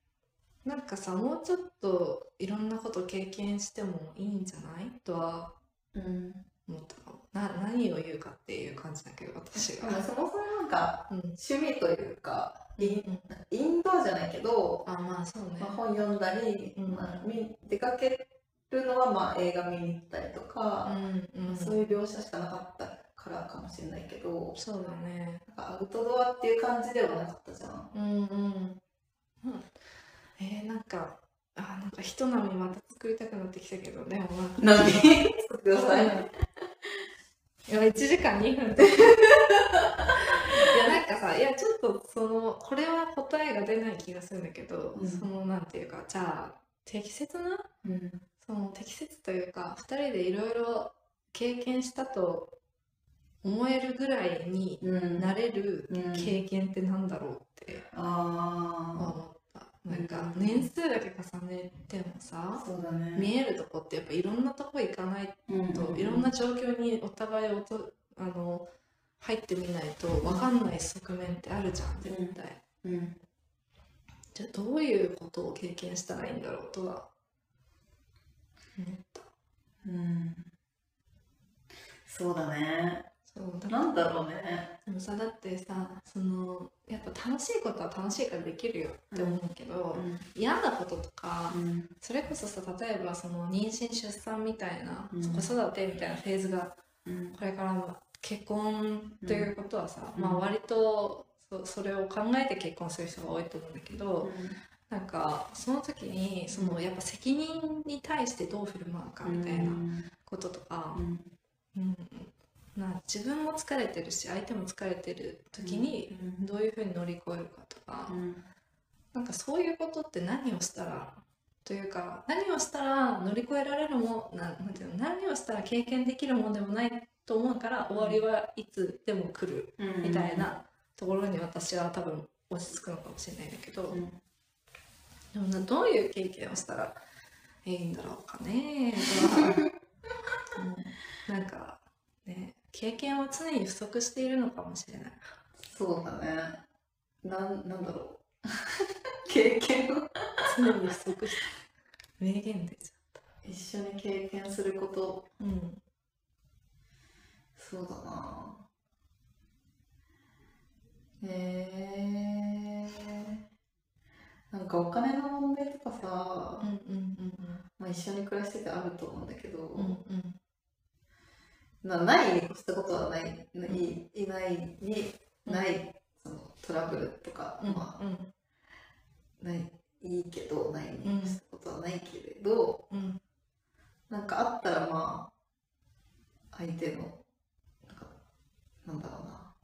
Speaker 1: なんかさもうちょっといろんなこと経験してもいいんじゃないとは
Speaker 2: うん、
Speaker 1: 思ったかもな何を言うかっていう感じだけど私
Speaker 2: で
Speaker 1: が
Speaker 2: も、そもそもなんか
Speaker 1: うん、
Speaker 2: 趣味というか、イン
Speaker 1: うん
Speaker 2: インドアじゃないけど、
Speaker 1: あまあそうね
Speaker 2: まあ、本読んだり、
Speaker 1: うん
Speaker 2: まあ、み出かけるのはまあ映画見に行ったりとか、
Speaker 1: うんうん
Speaker 2: そういう描写しかなかったからかもしれないけど
Speaker 1: そうだね
Speaker 2: なんかアウトドアっていう感じではなかったじゃん。
Speaker 1: うんうん、うん、えー、なんかあなんかひと波また作りたくなってきたけどでもまあ
Speaker 2: 何ください。
Speaker 1: いや1時間2分っていやなんかさいやちょっとそのこれは答えが出ない気がするんだけど、
Speaker 2: うん
Speaker 1: そのなんていうかじゃあ適切な
Speaker 2: うん
Speaker 1: その適切というか2人でいろいろ経験したと思えるぐらいに
Speaker 2: うん
Speaker 1: なれる
Speaker 2: うん
Speaker 1: 経験ってなんだろうって
Speaker 2: あ
Speaker 1: 思った、なんか
Speaker 2: うん
Speaker 1: 年数だけ重ねても
Speaker 2: あ
Speaker 1: さ、
Speaker 2: そうだね。
Speaker 1: 見えるとこってやっぱいろんなとこ行かない
Speaker 2: うん
Speaker 1: と、いろんな状況にお互いおとあの入ってみないと分かんない側面ってあるじゃん絶対、
Speaker 2: うん
Speaker 1: じゃあどういうことを経験したらいいんだろうとは思った
Speaker 2: うんそうだね。
Speaker 1: そうだ
Speaker 2: なんだろうね。
Speaker 1: でもさだってさそのやっぱ楽しいことは楽しいからできるよって思うけど、嫌なこととか、
Speaker 2: うん
Speaker 1: それこそさ例えばその妊娠出産みたいな、
Speaker 2: うん
Speaker 1: 子育てみたいなフェーズが
Speaker 2: うん
Speaker 1: これからも結婚ということはさ、
Speaker 2: うん
Speaker 1: まあ割とそそれを考えて結婚する人が多いと思うんだけど、なんかその時にそのやっぱ責任に対してどう振る舞うかみたいなこととか、
Speaker 2: うん
Speaker 1: うんな自分も疲れてるし相手も疲れてる時にどういうふうに乗り越えるかとか、
Speaker 2: うん
Speaker 1: なんかそういうことって何をしたらというか何をしたら乗り越えられるもななんていうの何をしたら経験できるものでもないと思うから終わりはいつでも来る
Speaker 2: うん
Speaker 1: みたいなところに私は多分落ち着くのかもしれないんだけど、
Speaker 2: うん
Speaker 1: でもなどういう経験をしたらいいんだろうかねとはうんなんかね経験は常に不足しているのかもしれない。
Speaker 2: そうだね。なん、なんだろう。経験
Speaker 1: 常に不足して 名言出ちゃう
Speaker 2: え一緒に経験すること
Speaker 1: うん
Speaker 2: そうだなえー、なんかお金の問題とかさ、
Speaker 1: うんうん
Speaker 2: まあ、一緒に暮らしててあると思うんだけど、
Speaker 1: うんうんうん
Speaker 2: なないに越したことはない、ないいないに
Speaker 1: うん
Speaker 2: ないそのトラブルとか、
Speaker 1: うん
Speaker 2: ま
Speaker 1: うん
Speaker 2: あないいいけどないに越したことはないけれど、
Speaker 1: うん
Speaker 2: なんかあったらまあ相手のなんかなんだろうな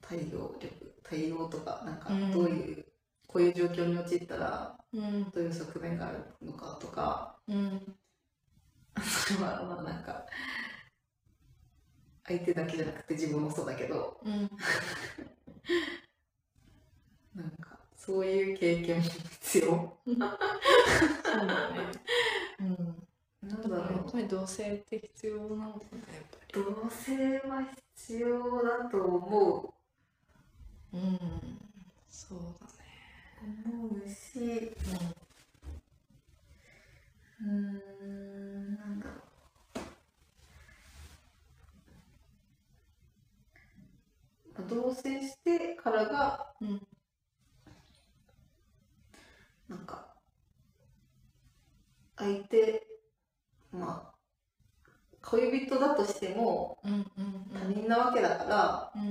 Speaker 2: 対応力対応とかなんか
Speaker 1: うん
Speaker 2: どういう、こういう状況に陥ったら
Speaker 1: うん
Speaker 2: どういう側面があるのかとか
Speaker 1: うん
Speaker 2: それはまあなんか相手だけじゃなくて自分もそうだけど
Speaker 1: うん
Speaker 2: なんかそういう経験も必要
Speaker 1: そうだねうん
Speaker 2: なん
Speaker 1: だからやっぱり同性って必要なのかなやっぱり
Speaker 2: 同性は必要だと思
Speaker 1: うんそうだね
Speaker 2: う思うしうーんなんだろうまあ同棲してからが、
Speaker 1: うん
Speaker 2: なんか相手まあ恋人だとしても
Speaker 1: うんうんう
Speaker 2: 他
Speaker 1: ん
Speaker 2: 人なわけだから、
Speaker 1: うん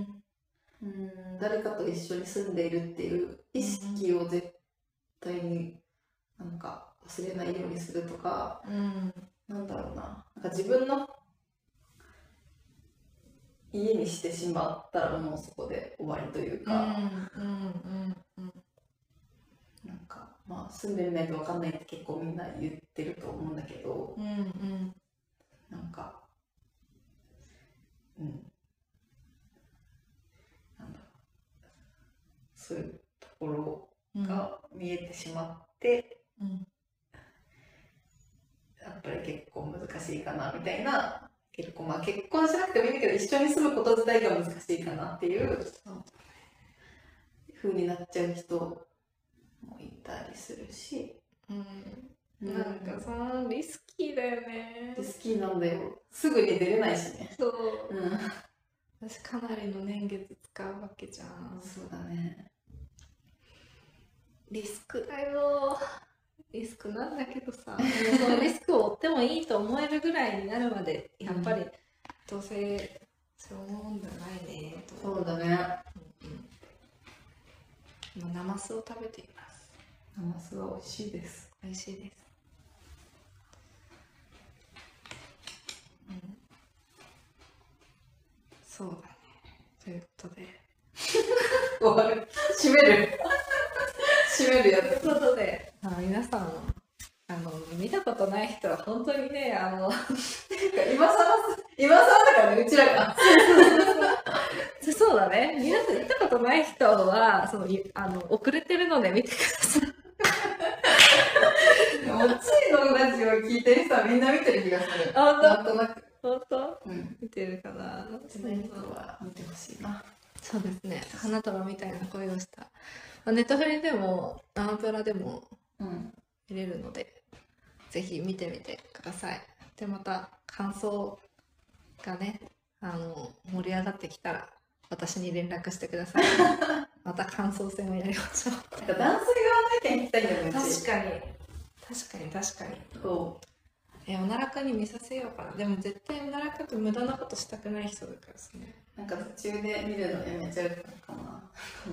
Speaker 2: うーん誰かと一緒に住んでいるっていう意識を絶対になんか忘れないようにするとか、
Speaker 1: うん
Speaker 2: なんだろうな、なんか自分の家にしてしまったらもうそこで終わりという
Speaker 1: うん
Speaker 2: か、
Speaker 1: うんうん
Speaker 2: なんかまあ住んでみないとわかんないって結構みんな言ってると思うんだけど、
Speaker 1: うんうん
Speaker 2: なんか、うん、なんだろうそういうところ
Speaker 1: うん
Speaker 2: が見えてしまって、
Speaker 1: うん
Speaker 2: やっぱり結構難しいかなみたいな結構まあ結婚しなくてもいいんだけど一緒に住むこと自体が難しいかなっていう
Speaker 1: そう
Speaker 2: 風になっちゃう人もいたりするし、
Speaker 1: うんなんかそのリスキーだよね
Speaker 2: で好きなんだよすぐに出れないしね
Speaker 1: そう
Speaker 2: うん
Speaker 1: 私かなりの年月使うわけじゃん
Speaker 2: そうだね
Speaker 1: リスクだよリスクなんだけどさでもそのリスクを負ってもいいと思えるぐらいになるまでやっぱりどうせそう思うんじゃないねと
Speaker 2: そうだね
Speaker 1: 今ナマスを食べています
Speaker 2: ナマスは美味しいです
Speaker 1: 美味しいですうんそうだねということで
Speaker 2: 終わる閉める閉めるやつ
Speaker 1: ということで、まあ、皆さんあの見たことない人は本当にねあの
Speaker 2: 今さら今さらだからねうちら が
Speaker 1: そうだね皆さん見たことない人はそのいあの遅れてるので見てください
Speaker 2: でもうちのラジオ聞いてる人はみんな見てる気がするな
Speaker 1: 本
Speaker 2: んとなく、
Speaker 1: 当本当
Speaker 2: うん、
Speaker 1: 見てるかな
Speaker 2: そういう人は見てほしいな
Speaker 1: そうですね花束みたいな恋をした、まあ、ネットフリでもアマプラでも
Speaker 2: うん、
Speaker 1: 見れるのでぜひ見てみてくださいでまた感想がねあの盛り上がってきたら私に連絡してくださ いまた感想戦をやりましょう
Speaker 2: なんか男性側の意見聞きたいんだよねうち
Speaker 1: かに確かに確かに
Speaker 2: そ
Speaker 1: えおならかに見させようかなでも絶対おならかって無駄なことしたくない人だからですね
Speaker 2: うなんか途中で見るのやめちゃうかな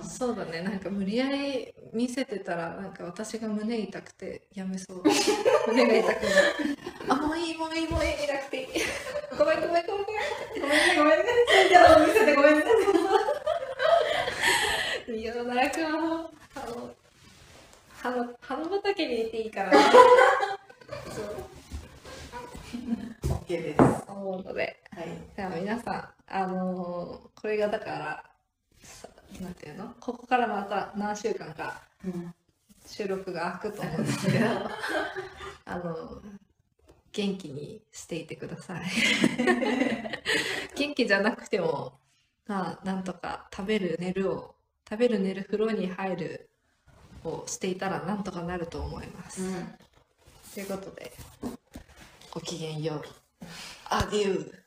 Speaker 1: そうだねなんか無理やり見せてたらなんか私が胸痛くてやめ そう胸が痛くなるあもういいもういいもういい見なくていいごめんごめんごめんごめん
Speaker 2: ごめんねごめん ねじゃあ見せてごめんね
Speaker 1: いや、奈良くんはもう、あの、花花畑にいていいから、そう、
Speaker 2: OK ですは
Speaker 1: 思うので、
Speaker 2: い
Speaker 1: じゃあ皆さん、あのーこれがだから、さなんていうのここからまた何週間か
Speaker 2: うん
Speaker 1: 収録が開くと思うんですけど、あのー元気にしていてください。元気じゃなくても、まあ、なんとか食べる、寝るを、食べる、寝る、風呂に入る、をしていたらなんとかなると思います。ということで、ごきげんよう。アデュー。